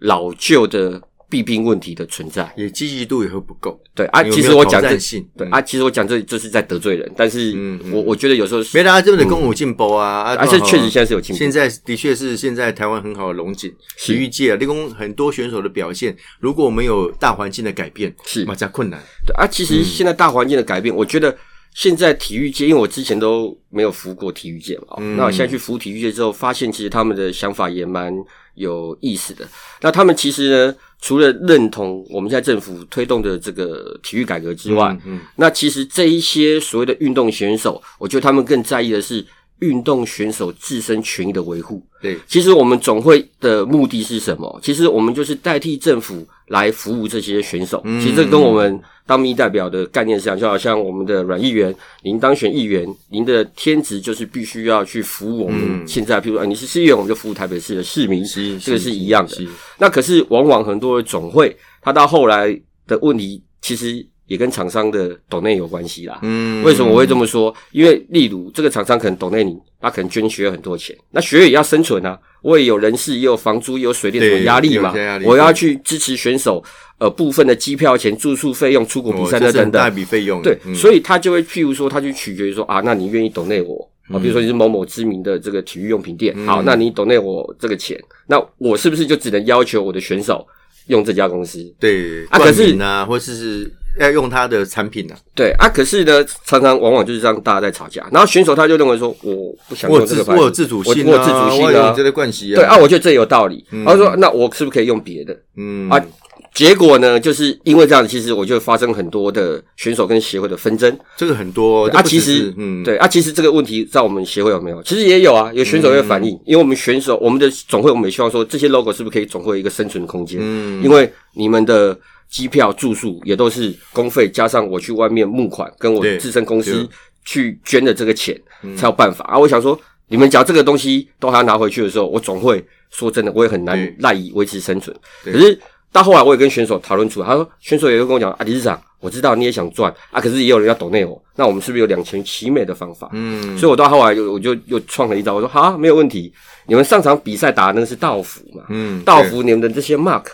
Speaker 2: 老旧的弊病问题的存在。
Speaker 1: 也积极度也会不够。
Speaker 2: 对啊，
Speaker 1: 有没
Speaker 2: 其实
Speaker 1: 有
Speaker 2: 我
Speaker 1: 挑
Speaker 2: 讲这
Speaker 1: 战性
Speaker 2: 对
Speaker 1: 嗯
Speaker 2: 啊，其实我讲这就是在得罪人，但是
Speaker 1: 嗯嗯
Speaker 2: 我我觉得有时候是
Speaker 1: 没啦，这边的公有进步啊，
Speaker 2: 而且确实现嗯在是有进步。
Speaker 1: 现在的确是现在台湾很好的龙井体育界、啊，立功很多选手的表现，如果没有大环境的改变，
Speaker 2: 是
Speaker 1: 马加困难。
Speaker 2: 对啊，其
Speaker 1: 嗯
Speaker 2: 实现在大环境的改变，我觉得现在体育界，因为我之前都没有服过体育界嘛，哦
Speaker 1: 嗯
Speaker 2: 那我现在去服体育界之后，发现其实他们的想法也蛮有意思的。那他们其实呢，除了认同我们现在政府推动的这个体育改革之外，
Speaker 1: 嗯嗯
Speaker 2: 那其实这一些所谓的运动选手，我觉得他们更在意的是运动选手自身权益的维护。
Speaker 1: 对，
Speaker 2: 其实我们总会的目的是什么？其实我们就是代替政府来服务这些选手。
Speaker 1: 嗯
Speaker 2: 其实这跟我们当民意代表的概念是一样，就好像我们的阮议员，您当选议员，您的天职就是必须要去服务我们
Speaker 1: 嗯
Speaker 2: 现在，譬如说、啊你是市议员，我们就服务台北市的市民，
Speaker 1: 是
Speaker 2: 这个是一样的。
Speaker 1: 是
Speaker 2: 那可是往往很多的总会，它到后来的问题，其实也跟厂商的抖内有关系啦。
Speaker 1: 嗯
Speaker 2: 为什么我会这么说？因为例如这个厂商可能懂内你，他可能捐学很多钱，那学也要生存啊，我也有人事，也有房租，也有水电什么
Speaker 1: 对
Speaker 2: 压力嘛
Speaker 1: 有些压，力
Speaker 2: 我要去支持选手，呃，部分的机票钱、住宿费用、出国比赛
Speaker 1: 哦这
Speaker 2: 等
Speaker 1: 是很
Speaker 2: 等
Speaker 1: 大
Speaker 2: 等，
Speaker 1: 笔费用，
Speaker 2: 对，
Speaker 1: 嗯
Speaker 2: 所以他就会譬如说，他就取决于说啊，那你愿意懂内我。啊，
Speaker 1: 嗯
Speaker 2: 比如说你是某某知名的这个体育用品店，好，那你懂内我这个钱，那我是不是就只能要求我的选手用这家公司？
Speaker 1: 对
Speaker 2: 啊可是
Speaker 1: 冠名啊，或是是要用他的产品啊，
Speaker 2: 对啊，可是呢，常常往往就是这样，大家在吵架，然后选手他就认为说，我不想
Speaker 1: 我
Speaker 2: 用
Speaker 1: 有
Speaker 2: 这
Speaker 1: 自
Speaker 2: 个
Speaker 1: 我
Speaker 2: 牌
Speaker 1: 有
Speaker 2: 子，
Speaker 1: 自主性啊，
Speaker 2: 我有自主性啊
Speaker 1: 我有这个惯习啊，
Speaker 2: 对啊，，我觉得这有道理。他说，那我是不是可以用别的、
Speaker 1: 嗯
Speaker 2: 啊？结果呢，就是因为这样，其实我就发生很多的选手跟协会的纷争。
Speaker 1: 这个很多
Speaker 2: 啊，
Speaker 1: 这不只
Speaker 2: 其
Speaker 1: 是
Speaker 2: 实，
Speaker 1: 嗯，
Speaker 2: 对啊，其实这个问题在我们协会有没有？其实也有啊，有选手会反
Speaker 1: 嗯
Speaker 2: 映，因为我们选手，我们的总会，我们也希望说，这些 logo 是不是可以总会有一个生存空间？
Speaker 1: 嗯
Speaker 2: 因为你们的机票、住宿也都是公费，加上我去外面募款，跟我
Speaker 1: 对
Speaker 2: 自身公
Speaker 1: 对嗯
Speaker 2: 司去捐的这个钱，才有办法啊。我想说，你们只要这个东西都还要拿回去的时候，我总会说真的，我也很难
Speaker 1: 对
Speaker 2: 赖以维持生存。
Speaker 1: 对
Speaker 2: 可是到后来，我也跟选手讨论出来，他说选手也会跟我讲啊，理事长，我知道你也想赚啊，可是也有人要抖内我，那我们是不是有两全其美的方法？
Speaker 1: 嗯，
Speaker 2: 所以我到后来就我就又创了一招，我说好、没有问题，你们上场比赛打的那个是道服嘛，
Speaker 1: 嗯，
Speaker 2: 道
Speaker 1: 对
Speaker 2: 服你们的这些 mark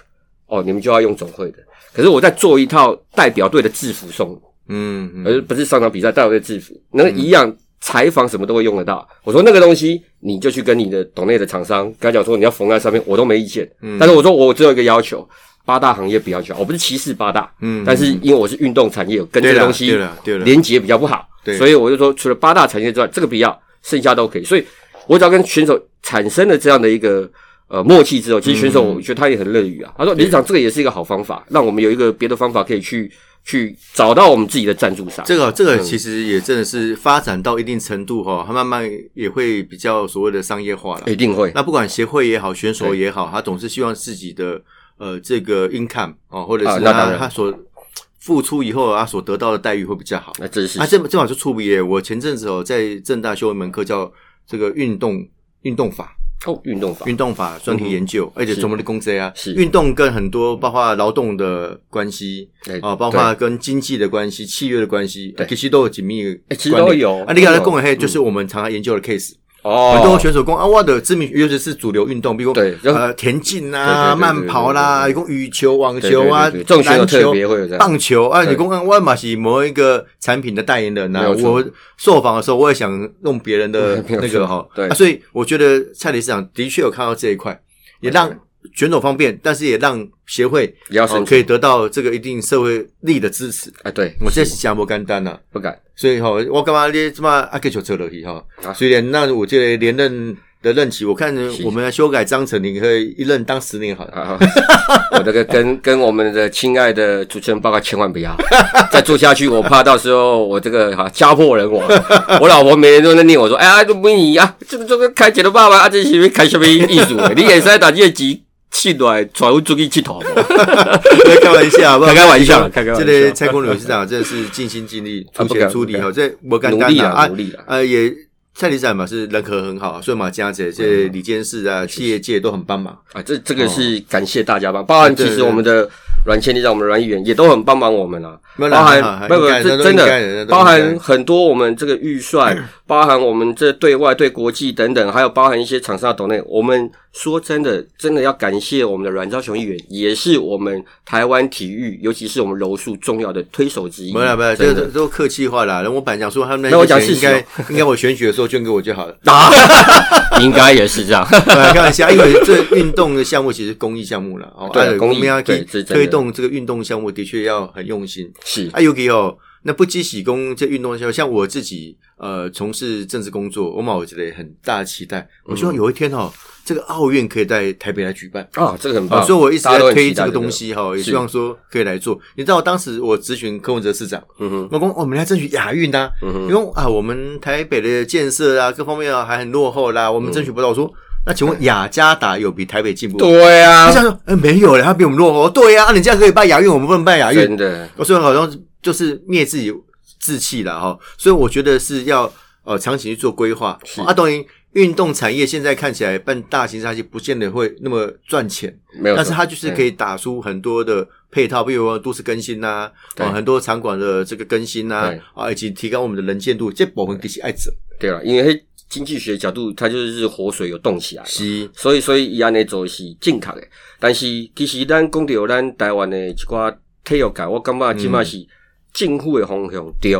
Speaker 2: 哦，你们就要用总会的。可是我在做一套代表队的制服送你，
Speaker 1: 嗯嗯
Speaker 2: 而不是上场比赛代表队制服，那个一样采访什么都会用得到。我说那个东西你就去跟你的懂内的厂商跟他讲说你要缝在上面，我都没意见。但是我说我只有一个要求，八大行业不要去，我不是歧视八大，
Speaker 1: 嗯
Speaker 2: 但是因为我是运动产业，跟这
Speaker 1: 对
Speaker 2: 个
Speaker 1: 了
Speaker 2: 东西
Speaker 1: 对了对了，
Speaker 2: 连结比较不好
Speaker 1: 对，
Speaker 2: 所以我就说除了八大产业之外，这个不要，剩下都可以。所以我只要跟选手产生了这样的一个呃默契之后，其实选手我觉得他也很乐于啊，他说理事长这个也是一个好方法，让我们有一个别的方法可以去去找到我们自己的赞助商。
Speaker 1: 这个这
Speaker 2: 嗯
Speaker 1: 个其实也真的是发展到一定程度哈、它慢慢也会比较所谓的商业化了。
Speaker 2: 一定会，
Speaker 1: 那不管协会也好，选手也
Speaker 2: 哎
Speaker 1: 好，他总是希望自己的呃这个 income 哦，或者
Speaker 2: 啊
Speaker 1: 是
Speaker 2: 那
Speaker 1: 他、
Speaker 2: 当然
Speaker 1: 他所付出以后，他所得到的待遇会比较好。
Speaker 2: 那真是
Speaker 1: 啊，这正好就触笔耶！我前阵子哦，在正大修一门课叫这个运动运动法，
Speaker 2: 哦，运动法
Speaker 1: 运动法专题研究，而且专门的工资啊，
Speaker 2: 嗯是
Speaker 1: 运动跟很多包括劳动的关系
Speaker 2: 哎对
Speaker 1: 啊，包括跟经济的关系、契约的关系，啊
Speaker 2: 对
Speaker 1: 其实都有紧密
Speaker 2: 哎
Speaker 1: 的
Speaker 2: 其实
Speaker 1: 关联
Speaker 2: 都有
Speaker 1: 啊，你刚才
Speaker 2: 都有嗯
Speaker 1: 讲的嘿，就是我们常常研究的 case，
Speaker 2: 哦，
Speaker 1: 很多选手讲啊，我的知名，尤其是主流运动，比如
Speaker 2: 对就
Speaker 1: 呃田径
Speaker 2: 对对对
Speaker 1: 啊、
Speaker 2: 对
Speaker 1: 慢跑啦，
Speaker 2: 对
Speaker 1: 一共羽球、网球啊、
Speaker 2: 对对对对这种选手
Speaker 1: 篮
Speaker 2: 特
Speaker 1: 球
Speaker 2: 别会有这样。
Speaker 1: 棒球啊，
Speaker 2: 对
Speaker 1: 你公安万马是某一个产品的代言人
Speaker 2: 没
Speaker 1: 呐、
Speaker 2: 有错
Speaker 1: 我受访的时候，我也想用别人的
Speaker 2: 没有错
Speaker 1: 那个哈、
Speaker 2: 对
Speaker 1: 啊所以我觉得蔡理事长的确有看到这一块，也让选手方便，但是也让协会
Speaker 2: 也嗯要
Speaker 1: 哦
Speaker 2: 申
Speaker 1: 可
Speaker 2: 请
Speaker 1: 以得到这个一定社会力的支持。
Speaker 2: 啊，对，
Speaker 1: 我这是讲不简单呐、
Speaker 2: 不敢，
Speaker 1: 所以哈、我干嘛你这么阿克球扯了去哈
Speaker 2: 啊？
Speaker 1: 虽然那我这个连任的任期，我看
Speaker 2: 是
Speaker 1: 我们要修改章程，你可以一任当十年好了。
Speaker 2: 啊， 我这个 跟跟我们的亲爱的主持人报告，千万不要 再做下去，我怕到时候我这个啊家破 人亡。我老婆每天都在念我说，哎呀，都不你啊，这个这个开钱的爸爸啊，这是开什么艺 术？你也是在打业绩。气来转出去气头，
Speaker 1: 开玩笑，好不好
Speaker 2: 开开玩笑开开玩笑
Speaker 1: 这个蔡公理事长真的是尽心尽力，
Speaker 2: 啊
Speaker 1: 出
Speaker 2: 不敢
Speaker 1: 钱出力哈，这我敢
Speaker 2: 努
Speaker 1: 干
Speaker 2: 力
Speaker 1: 的
Speaker 2: 啊，
Speaker 1: 啊
Speaker 2: 努。力啊！
Speaker 1: 呃，也蔡理事长嘛是人和很好，所以嘛，这样子，这
Speaker 2: 嗯
Speaker 1: 里监事啊，企业界都很帮忙。
Speaker 2: 哦啊，这这个是感谢大家吧，包含其实我们的阮千里长，我们阮议员也都很帮忙我们啦、
Speaker 1: 没有啦
Speaker 2: 包
Speaker 1: 啊
Speaker 2: 含不不
Speaker 1: 应该
Speaker 2: 这
Speaker 1: 都
Speaker 2: 真
Speaker 1: 应该人家
Speaker 2: 的
Speaker 1: 都
Speaker 2: 包
Speaker 1: 应
Speaker 2: 含
Speaker 1: 该
Speaker 2: 很多我们这个预算， 包含我们这对外对国际等等，还有包含一些厂商的懂内。我们说真的，真的要感谢我们的阮昭雄议员，也是我们台湾体育，尤其是我们柔术重要的推手之一。
Speaker 1: 没有啦，没有啦，这
Speaker 2: 真
Speaker 1: 个
Speaker 2: 的
Speaker 1: 都客气话啦。然后我本来想说他们
Speaker 2: 那
Speaker 1: 些
Speaker 2: 我讲
Speaker 1: 钱
Speaker 2: 事
Speaker 1: 应
Speaker 2: 实哦
Speaker 1: 该 应该我选举的时候捐给我就好了。
Speaker 2: 啊， 应该也是这样。
Speaker 1: 呃，开玩笑，因为这运动的项目其实是公益项目了，哦，
Speaker 2: 对
Speaker 1: 啊
Speaker 2: 公益
Speaker 1: 我们要去
Speaker 2: 对是真的
Speaker 1: 推动这个运动项目，的确要很用心。
Speaker 2: 是
Speaker 1: 啊，尤其哦，那不积喜功这运动项目，像我自己呃从事政治工作，我嘛有觉得很大的期待，我
Speaker 2: 嗯
Speaker 1: 希望有一天哦，这个奥运可以在台北来举办。
Speaker 2: 啊，这个很
Speaker 1: 啊，
Speaker 2: 棒。
Speaker 1: 所以我一直
Speaker 2: 大家
Speaker 1: 在
Speaker 2: 都很
Speaker 1: 推
Speaker 2: 期待
Speaker 1: 这个
Speaker 2: 这
Speaker 1: 东
Speaker 2: 个
Speaker 1: 西哈，也
Speaker 2: 是
Speaker 1: 希望说可以来做。你知道，当时我咨询柯文哲市长，
Speaker 2: 嗯哼，
Speaker 1: 我讲我们来争取亚运呐，
Speaker 2: 嗯
Speaker 1: 因为啊，我们台北的建设啊，各方面啊还很落后啦，我们争取不到。我说，那请问雅加达有比台北进步？
Speaker 2: 对啊
Speaker 1: 他，想说，呃，没有了，他比我们落后。对呀，啊你这样可以办亚运，我们不能办亚运
Speaker 2: 真。的
Speaker 1: 我哦说好像就是灭自己志气了哈，所以我觉得是要呃长期去做规划。啊，当然，运动产业现在看起来办大型赛事不见得会那么赚钱，
Speaker 2: 没有错。
Speaker 1: 但是它就是可以打出很多的配套，比如说都市更新呐、啊，
Speaker 2: 对
Speaker 1: 很多场馆的这个更新呐、
Speaker 2: 对
Speaker 1: 啊，以及提高我们的能见度，这部分其实爱者
Speaker 2: 嗯对了，因为经济学角度，它就是活水有动起来嘛，
Speaker 1: 是
Speaker 2: 所以所以伊安尼做是正确的。但是其实咱讲到咱台湾的一寡体育界，我感
Speaker 1: 嗯
Speaker 2: 觉即马是政府的方向对，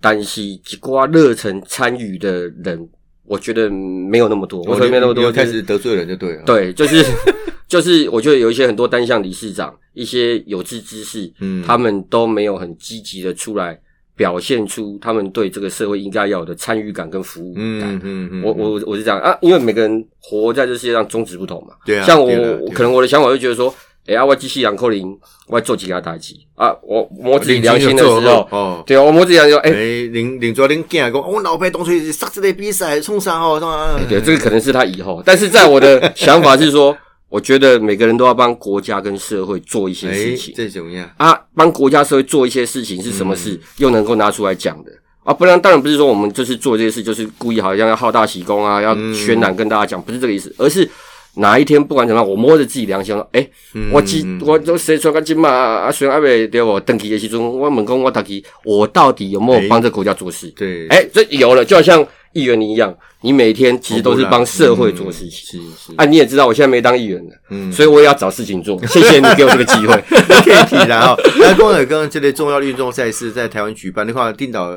Speaker 2: 但是一寡热忱参与的人，我觉得没有那么多，我觉得没有那么
Speaker 1: 你
Speaker 2: 多，
Speaker 1: 又开
Speaker 2: 就是
Speaker 1: 始得罪人就对了。，
Speaker 2: 对，就是 就是，我觉得有一些很多单项理事长，一些有志之士，
Speaker 1: 嗯
Speaker 2: 他们都没有很积极的出来表现出他们对这个社会应该要有的参与感跟服务感。
Speaker 1: 嗯嗯嗯，
Speaker 2: 我我我是这样啊，因为每个人活在这世界上宗旨不同嘛。
Speaker 1: 对啊，
Speaker 2: 像我
Speaker 1: 对啦对
Speaker 2: 我
Speaker 1: 啦
Speaker 2: 可能我的想法就觉得说，哎、啊，我继续养扣零，我要做几个代志啊，我摸自己良心的时
Speaker 1: 领军有做
Speaker 2: 候，
Speaker 1: 哦。
Speaker 2: 对啊，我摸自己良心的时候，哎、
Speaker 1: 哎，领领着恁囝讲，我老爸当初是杀这类比赛，冲啥哦，冲啥？
Speaker 2: 对，这个可能是他以后，但是在我的想法是说，我觉得每个人都要帮国家跟社会做一些
Speaker 1: 哎
Speaker 2: 事，情、
Speaker 1: 这怎样？
Speaker 2: 啊，帮国家社会做一些事情是什么事，又能够拿出来讲的啊，不然当然不是说我们就是做这些事就是故意好像要好大喜功啊，要渲染跟大家讲，不是这个意思，而是。哪一天不管怎么样，我摸着自己良心说，哎、我今我都谁说个今嘛啊，虽然阿未对我登记的时候，我问讲我到底我到底有没有帮这国家做事？
Speaker 1: 对，
Speaker 2: 哎、这有了，就好像议员你一样，你每天其实都是帮社会做事情。
Speaker 1: 是是，
Speaker 2: 啊，你也知道我现在没当议员了，
Speaker 1: 嗯
Speaker 2: 所以我也要找事情做。谢谢你给我这个机会。
Speaker 1: 可以提啦哈。那公尔跟这类重要的运动赛事在台湾举办的话，定到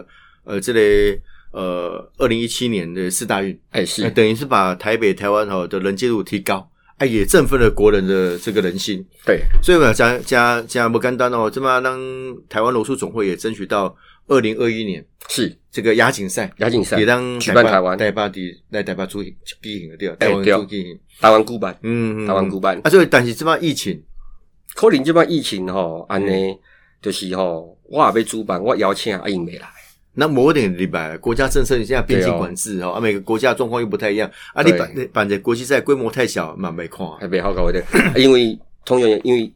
Speaker 1: 呃这类呃二零一七年的四大运，
Speaker 2: 哎、
Speaker 1: 呃
Speaker 2: 是
Speaker 1: 等于是把台北、台湾哈的人接度提高，哎、也振奋了国人的这个人心。
Speaker 2: 对，
Speaker 1: 所以我讲加加不干单哦，这么让台湾柔术总会也争取到二零二一年
Speaker 2: 是
Speaker 1: 这个亚锦赛。
Speaker 2: 亚锦赛
Speaker 1: 也让
Speaker 2: 举办台湾
Speaker 1: 台巴的来台巴出地形的掉，
Speaker 2: 哎
Speaker 1: 台湾
Speaker 2: 对
Speaker 1: 出地形，
Speaker 2: 台湾古板，
Speaker 1: 嗯，嗯
Speaker 2: 台湾古板
Speaker 1: 嗯。啊，所以但是这么疫情，
Speaker 2: 可能这摆疫情吼，安尼就是吼，我也被主办，我邀请啊，因没来。
Speaker 1: 那某一点礼拜，国家政策你现在边境
Speaker 2: 对哦
Speaker 1: 管制哦，啊，每个国家状况又不太一样，啊，你
Speaker 2: 对
Speaker 1: 办办的国际赛规模太小，蛮没看啊。
Speaker 2: 还比好搞一 点，因为同学，因为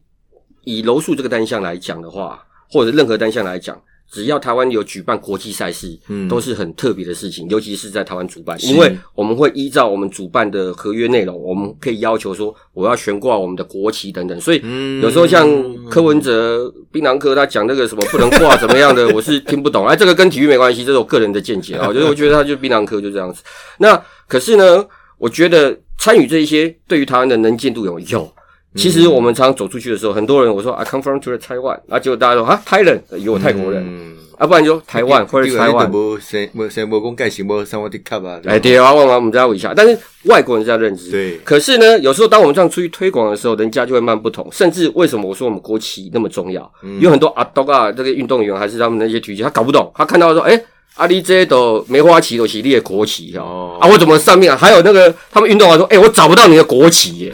Speaker 2: 以柔术这个单项来讲的话，或者任何单项来讲，只要台湾有举办国际赛事，
Speaker 1: 嗯
Speaker 2: 都是很特别的事情，尤其是在台湾主办，
Speaker 1: 是
Speaker 2: 因为我们会依照我们主办的合约内容，我们可以要求说我要悬挂我们的国旗等等，所以。
Speaker 1: 嗯
Speaker 2: 有时候像柯文哲、槟榔哥他讲那个什么不能挂怎么样的，我是听不懂。哎，这个跟体育没关系，这是我个人的见解啊。就是我觉得他就是槟榔哥就这样子。那可是呢，我觉得参与这一些对于台湾的能见度有用。其实我们常常走出去的时候，很多人我说 I come from to the Taiwan，啊，结果大家说啊 Thailand，呃以为我泰国人，
Speaker 1: 嗯
Speaker 2: 啊，不然就台湾或者台湾。
Speaker 1: 无谁无谁无讲盖什么三万的卡吧？
Speaker 2: 哎，对啊，问完我们再问一下。但是外国人是这样认知，
Speaker 1: 对
Speaker 2: 可是呢，有时候当我们这样出去推广的时候，人家就会慢不同。甚至为什么我说我们国旗那么重要？有很多阿东啊，这个运动员还是他们那些体育，他搞不懂，他看到说，哎、阿里这的梅花旗都是你的国旗
Speaker 1: 哦
Speaker 2: 哦，啊，我怎么上面、啊、还有那个他们运动员说，哎、我找不到你的国旗 耶，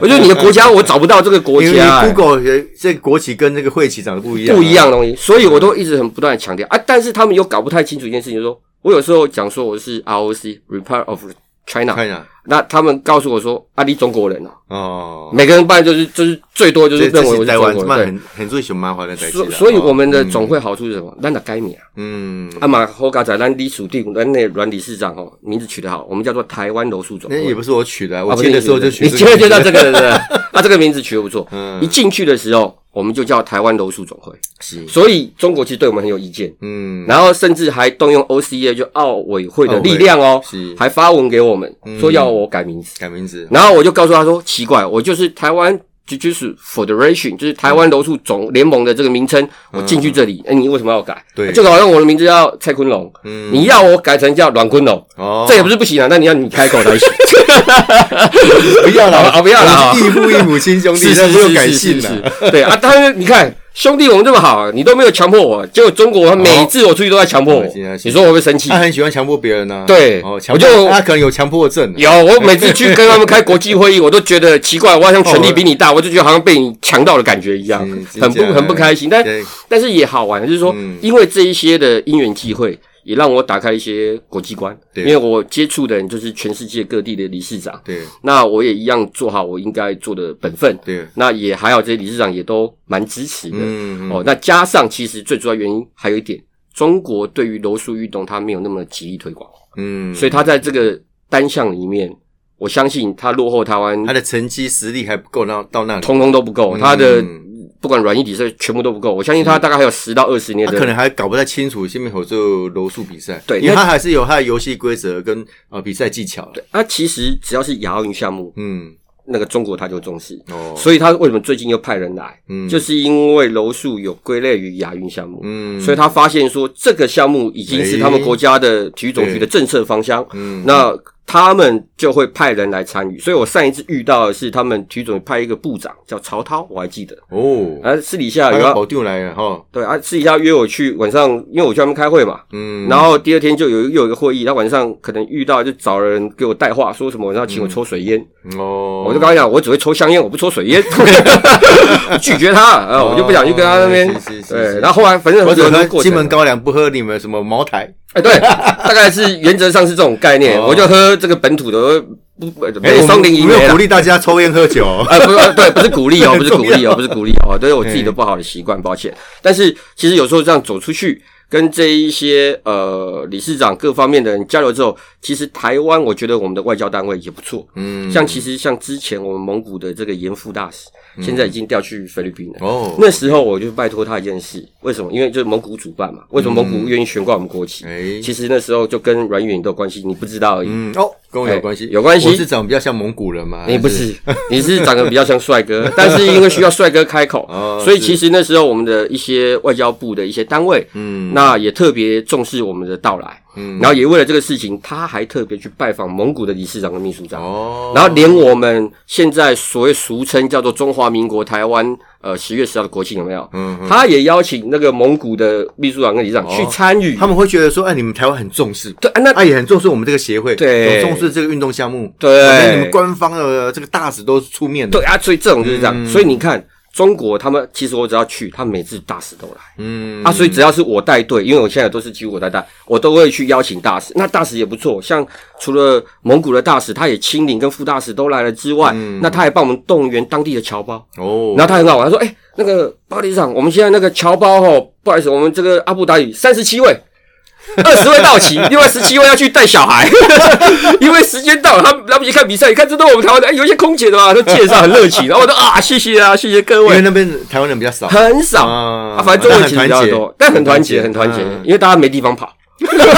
Speaker 2: 我觉得你的国家我找不到这个国
Speaker 1: 因为
Speaker 2: 家、哎
Speaker 1: Google 的这个国旗跟那个会旗长得不一样，啊
Speaker 2: 不一样的。东西，所以我都一直很不断的强调啊。但是他们又搞不太清楚一件事情，就是说我有时候讲说我是 ROC Republic of China，
Speaker 1: 看一下，啊
Speaker 2: 那他们告诉我说：“啊，你中国人啊，
Speaker 1: 哦，
Speaker 2: 每个人办就是就是最多就是
Speaker 1: 这
Speaker 2: 认
Speaker 1: 这
Speaker 2: 为
Speaker 1: 是
Speaker 2: 我是
Speaker 1: 台
Speaker 2: 中
Speaker 1: 湾
Speaker 2: 国
Speaker 1: 这嘛
Speaker 2: 人。
Speaker 1: 很很最熊麻烦的代
Speaker 2: 对”
Speaker 1: 志
Speaker 2: 所
Speaker 1: 啦。
Speaker 2: 所以我们的
Speaker 1: 哦
Speaker 2: 总会好处是什么？咱的该名
Speaker 1: 嗯，
Speaker 2: 啊嘛，后嘎仔，咱李属地，咱那阮理事长哦，名字取得好，我们叫做台湾柔术总
Speaker 1: 那
Speaker 2: 会
Speaker 1: 也。不是我取的啊，我
Speaker 2: 啊不
Speaker 1: 接
Speaker 2: 是
Speaker 1: 的时候就取
Speaker 2: 你
Speaker 1: 这个名字。
Speaker 2: 接的就叫这个人， 啊，这个名字取得不错。
Speaker 1: 嗯
Speaker 2: 一进去的时候，我们就叫台湾柔术总会，
Speaker 1: 是，
Speaker 2: 所以中国其实对我们很有意见。
Speaker 1: 嗯，
Speaker 2: 然后甚至还动用 OCA 就奥委会的力量哦
Speaker 1: 是，嗯
Speaker 2: 还发文给我们说要我改名字，
Speaker 1: 改名字，
Speaker 2: 然后我就告诉他说奇怪，我就是台湾 Jiu-Jitsu Federation，就是台湾柔术总联盟的这个名称，我进去这里，哎，你为什么要改？
Speaker 1: 嗯对
Speaker 2: 就好像我的名字叫蔡坤龙，
Speaker 1: 嗯
Speaker 2: 你要我改成叫阮坤龙，
Speaker 1: 哦
Speaker 2: 这也不是不行啊，那你要你开口才行，
Speaker 1: 不要
Speaker 2: 好
Speaker 1: 了
Speaker 2: 吧， 啊不要了啊
Speaker 1: 我们是义父义母亲兄 弟，那不用改姓
Speaker 2: 是
Speaker 1: 了。
Speaker 2: 是对啊，当然你看。兄弟，我们这么好，你都没有强迫我，结果中国每次我出去都在强迫我，
Speaker 1: 哦
Speaker 2: 你说我会不会生气
Speaker 1: 他？很喜欢强迫别人呢。
Speaker 2: 对
Speaker 1: 哦，强
Speaker 2: 我就
Speaker 1: 迫他可能有强迫症 啊。
Speaker 2: 有，我每次去跟他们开国际会议，我都觉得奇怪，我好像权力比你大，我就觉得好像被你强到的感觉一样
Speaker 1: 嗯，
Speaker 2: 很不
Speaker 1: 真的
Speaker 2: 很不开心。但
Speaker 1: 对嗯
Speaker 2: 但是也好玩，就是说，因为这一些的因缘际会，也让我打开一些国际观，
Speaker 1: 对
Speaker 2: 因为我接触的人就是全世界各地的理事长，
Speaker 1: 对
Speaker 2: 那我也一样做好我应该做的本分。
Speaker 1: 对，
Speaker 2: 那也还好，这些理事长也都蛮支持的。
Speaker 1: 嗯，
Speaker 2: 哦，那加上其实最主要原因还有一点，中国对于柔术运动它没有那么极力推广。
Speaker 1: 嗯，
Speaker 2: 哦所以他在这个单项里面，我相信他落后台湾
Speaker 1: 他，的成绩实力还不够，那到那里，
Speaker 2: 通通都不够，他的
Speaker 1: 嗯
Speaker 2: 不管软硬体设全部都不够。我相信他大概还有十到二十年
Speaker 1: 他
Speaker 2: 的
Speaker 1: 可能还搞不太清楚下面有就柔术比赛，
Speaker 2: 对
Speaker 1: 因为
Speaker 2: 那
Speaker 1: 他还是有他的游戏规则跟呃比赛技巧的。
Speaker 2: 啊，其实只要是亚奥运项目，
Speaker 1: 嗯，
Speaker 2: 那个中国他就重视。
Speaker 1: 哦，
Speaker 2: 所以他为什么最近又派人来？
Speaker 1: 嗯
Speaker 2: 就是因为柔术有归类于亚运项目，
Speaker 1: 嗯，
Speaker 2: 所以他发现说这个项目已经是他们国家的体育总局的政策方向。
Speaker 1: 嗯
Speaker 2: 那他们就会派人来参与。所以我上一次遇到的是他们体育总局派一个部长叫曹涛，我还记得。
Speaker 1: 哦，
Speaker 2: 啊，私底下
Speaker 1: 他
Speaker 2: 有
Speaker 1: 要
Speaker 2: 要
Speaker 1: 保定来了哈，
Speaker 2: 对啊，私底下约我去晚上，因为我去他们开会嘛。
Speaker 1: 嗯，
Speaker 2: 然后第二天就有又有一个会议，他晚上可能遇到就找人给我带话，说什么然后请我抽水烟，
Speaker 1: 嗯哦，
Speaker 2: 我就跟他讲我只会抽香烟，我不抽 水烟，拒绝他啊，我就不想去跟他那边
Speaker 1: 哦是是。是是
Speaker 2: 对，然后后来反正
Speaker 1: 或者
Speaker 2: 有那个
Speaker 1: 喝
Speaker 2: 过
Speaker 1: 金
Speaker 2: 程
Speaker 1: 门高粱不喝你们什么茅台，
Speaker 2: 哎，对，大概是原则上是这种概念，
Speaker 1: 哦
Speaker 2: 我就喝这个本土的不不
Speaker 1: 哎我
Speaker 2: 松林
Speaker 1: 们
Speaker 2: 银
Speaker 1: 没
Speaker 2: 梅
Speaker 1: 有
Speaker 2: 啦
Speaker 1: 鼓励大家抽烟喝酒 哦，
Speaker 2: 啊，不是，对，不是鼓励哦， 不是鼓
Speaker 1: 很重
Speaker 2: 励哦，不是鼓励哦，都是我自己的不好的习惯，抱歉。但是其实有时候这样走出去，跟这一些呃理事长各方面的人交流之后，其实台湾我觉得我们的外交单位也不错。
Speaker 1: 嗯，
Speaker 2: 像其实像之前我们蒙古的这个严副大使，现在已经调去菲律宾了。
Speaker 1: 嗯哦，
Speaker 2: 那时候我就拜托他一件事，为什么？因为就是蒙古主办嘛，为什么蒙古愿意悬挂我们国旗？
Speaker 1: 嗯哎，
Speaker 2: 其实那时候就跟阮远都有关系，你不知道而已。
Speaker 1: 嗯，哦，跟我有
Speaker 2: 哎
Speaker 1: 关系，
Speaker 2: 有关系
Speaker 1: 我是长得比较像蒙古人嘛，
Speaker 2: 你不
Speaker 1: 还
Speaker 2: 是， 你是长得比较像 帅哥，但是因为需要帅哥开口
Speaker 1: 哦，
Speaker 2: 所以其实那时候我们的一些外交部的一些单位，
Speaker 1: 嗯
Speaker 2: 那也特别重视我们的到来，
Speaker 1: 嗯
Speaker 2: 然后也为了这个事情，他还特别去拜访蒙古的理事长跟秘书长，
Speaker 1: 哦，
Speaker 2: 然后连我们现在所谓俗称叫做中华民国台湾呃十月十号的国庆有没有？
Speaker 1: 嗯嗯
Speaker 2: 他也邀请那个蒙古的秘书长跟理事长去参与
Speaker 1: 他。们会觉得说，哎，你们台湾很重视。
Speaker 2: 对，啊那
Speaker 1: 啊，也很重视我们这个协会，
Speaker 2: 对
Speaker 1: 很重视这个运动项目，
Speaker 2: 对
Speaker 1: 我觉得你们官方的这个大使都出面的，
Speaker 2: 对啊，所以这种就是这
Speaker 1: 嗯
Speaker 2: 样。所以你看，中国他们其实我只要去，他们每次大使都来。
Speaker 1: 嗯
Speaker 2: 啊，所以只要是我带队，因为我现在都是几乎我带带，我都会去邀请大使。那大使也不错，像除了蒙古的大使，他也亲临跟副大使都来了之外，那他还帮我们动员当地的侨胞。
Speaker 1: 哦，
Speaker 2: 然后他很好玩，他说：“哎、那个巴黎长，我们现在那个侨胞哦，不好意思，我们这个阿布达比三十七位。”二十位到齐，另外十七位要去带小孩， 因为时间到了，他们他们一看比赛，一看这都是我们台湾的，哎、有一些空姐的嘛，都介绍很热情，然后我说啊，谢谢啊，谢谢各
Speaker 1: 因为
Speaker 2: 位，
Speaker 1: 那边台湾人比较 少，
Speaker 2: 很少，
Speaker 1: 啊
Speaker 2: 啊，反正中文其实
Speaker 1: 那
Speaker 2: 比较
Speaker 1: 很团结
Speaker 2: 多，但很团结，很
Speaker 1: 很
Speaker 2: 团
Speaker 1: 团
Speaker 2: 结
Speaker 1: 结，嗯
Speaker 2: 因为大家没地方跑，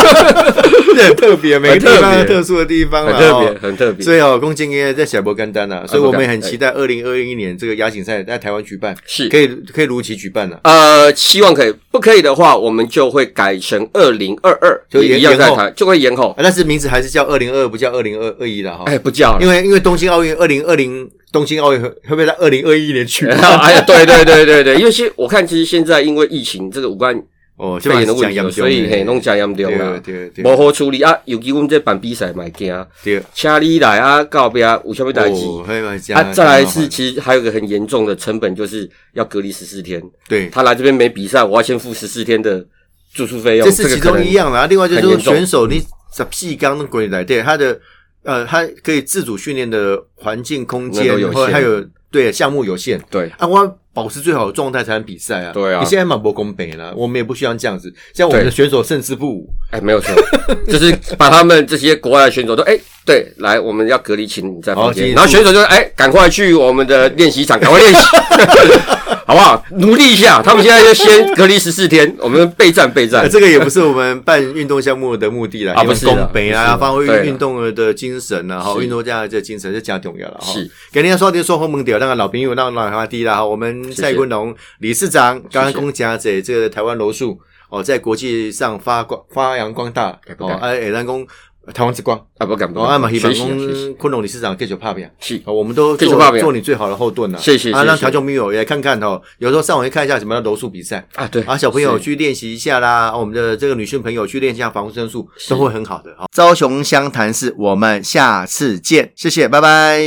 Speaker 1: 这很特别，每个地方
Speaker 2: 很特
Speaker 1: 有
Speaker 2: 别
Speaker 1: 特殊的地方
Speaker 2: 很
Speaker 1: 啦
Speaker 2: 特别，
Speaker 1: 哦
Speaker 2: 很特别。
Speaker 1: 所以哦，龚敬业在小博干单呐，啊所以我们也很
Speaker 2: 哎
Speaker 1: 期待二零二一年这个亚锦赛在台湾举办，
Speaker 2: 是
Speaker 1: 可以可以如期举办了，啊
Speaker 2: 呃，希望可以，不可以的话，我们就会改成二零二二，
Speaker 1: 就
Speaker 2: 一
Speaker 1: 延
Speaker 2: 样在
Speaker 1: 延后
Speaker 2: 台，就会延后
Speaker 1: 啊。但是名字还是叫二零二，不叫二零二二一了哈，
Speaker 2: 哎，不叫
Speaker 1: 哦
Speaker 2: 了
Speaker 1: 因。为因为东京奥运二零二零东京奥运会会不会在二零二一年举办？
Speaker 2: 哎呀，对对对对对，因为现我看，其实现在因为疫情这个武汉
Speaker 1: 哦，这
Speaker 2: 肺
Speaker 1: 嘛是
Speaker 2: 炎的问
Speaker 1: 讲
Speaker 2: 题
Speaker 1: 严重
Speaker 2: 了，
Speaker 1: 的，
Speaker 2: 所以嘿，弄加严重
Speaker 1: 对
Speaker 2: 啦，
Speaker 1: 对对
Speaker 2: 无好处理啊。尤其我们这办比赛嘛，惊，
Speaker 1: 对，
Speaker 2: 请你来啊，告别有什么代志？
Speaker 1: 哦会嘛这样
Speaker 2: 啊，再来是
Speaker 1: 麻烦
Speaker 2: 其实还有一个很严重的成本，就是要隔离十四天。
Speaker 1: 对，
Speaker 2: 他来这边没比赛，我要先付十四天的住宿费用，
Speaker 1: 这是
Speaker 2: 个
Speaker 1: 其
Speaker 2: 可
Speaker 1: 中
Speaker 2: 能
Speaker 1: 一样啦。另外就是
Speaker 2: 很
Speaker 1: 说
Speaker 2: 严重
Speaker 1: 选手你十四刚跟鬼来对他的。呃，他可以自主训练的环境、空
Speaker 2: 那
Speaker 1: 间
Speaker 2: 都有，限
Speaker 1: 或者还有对项目有限
Speaker 2: 对
Speaker 1: 啊，我要保持最好的状态才能比赛啊。
Speaker 2: 对啊
Speaker 1: 你现在蛮不公平了，我们也不希望这样子，像我们
Speaker 2: 对
Speaker 1: 的选手胜之不武。
Speaker 2: 哎，没有错， 就是把他们这些国外的选手都哎，对，来，我们要隔离，请你在房
Speaker 1: 好
Speaker 2: 间，
Speaker 1: 结束
Speaker 2: 然后选手就哎，赶快去我们的练习场，赶快 练习，好不好？努力一下，他们现在就先隔离十四天，我们备战备
Speaker 1: 呃，
Speaker 2: 战。
Speaker 1: 这个也不是我们办运动项目的目的啦，
Speaker 2: 哎啊
Speaker 1: 因为
Speaker 2: 不是啦
Speaker 1: 公平
Speaker 2: 不是
Speaker 1: 啊，
Speaker 2: 啦
Speaker 1: 发挥
Speaker 2: 对啦
Speaker 1: 运动员的精神啊，哈，
Speaker 2: 是
Speaker 1: 运动家的这精神是加重要了哈。
Speaker 2: 是，
Speaker 1: 给大家说的双红蒙屌，让老朋友让让他低了哈。我们蔡坤龙理事长刚刚跟讲这这个台湾柔术哦，在国际上发光发扬光大
Speaker 2: 哎不
Speaker 1: 哦，
Speaker 2: 敢
Speaker 1: 哎，也让公台湾之光
Speaker 2: 啊，不敢不
Speaker 1: 哦，
Speaker 2: 敢，
Speaker 1: 啊嘛，希
Speaker 2: 学
Speaker 1: 望
Speaker 2: 习啊学习
Speaker 1: 讲昆龙理事长继续拍拼。
Speaker 2: 是
Speaker 1: 哦，我们都
Speaker 2: 继续
Speaker 1: 做
Speaker 2: 拍拼
Speaker 1: 做你最好的后盾了，
Speaker 2: 谢谢
Speaker 1: 啊，
Speaker 2: 谢
Speaker 1: 让
Speaker 2: 谢
Speaker 1: 小朋友也看看哦，有时候上网去看一下什么叫柔术比赛，
Speaker 2: 啊，对
Speaker 1: 啊，小朋友
Speaker 2: 是
Speaker 1: 去练习一下啦，啊我们的这个女性朋友去练一下防身术，
Speaker 2: 是
Speaker 1: 都会很好的。好，朝雄湘潭市，我们下次见，谢谢，拜拜。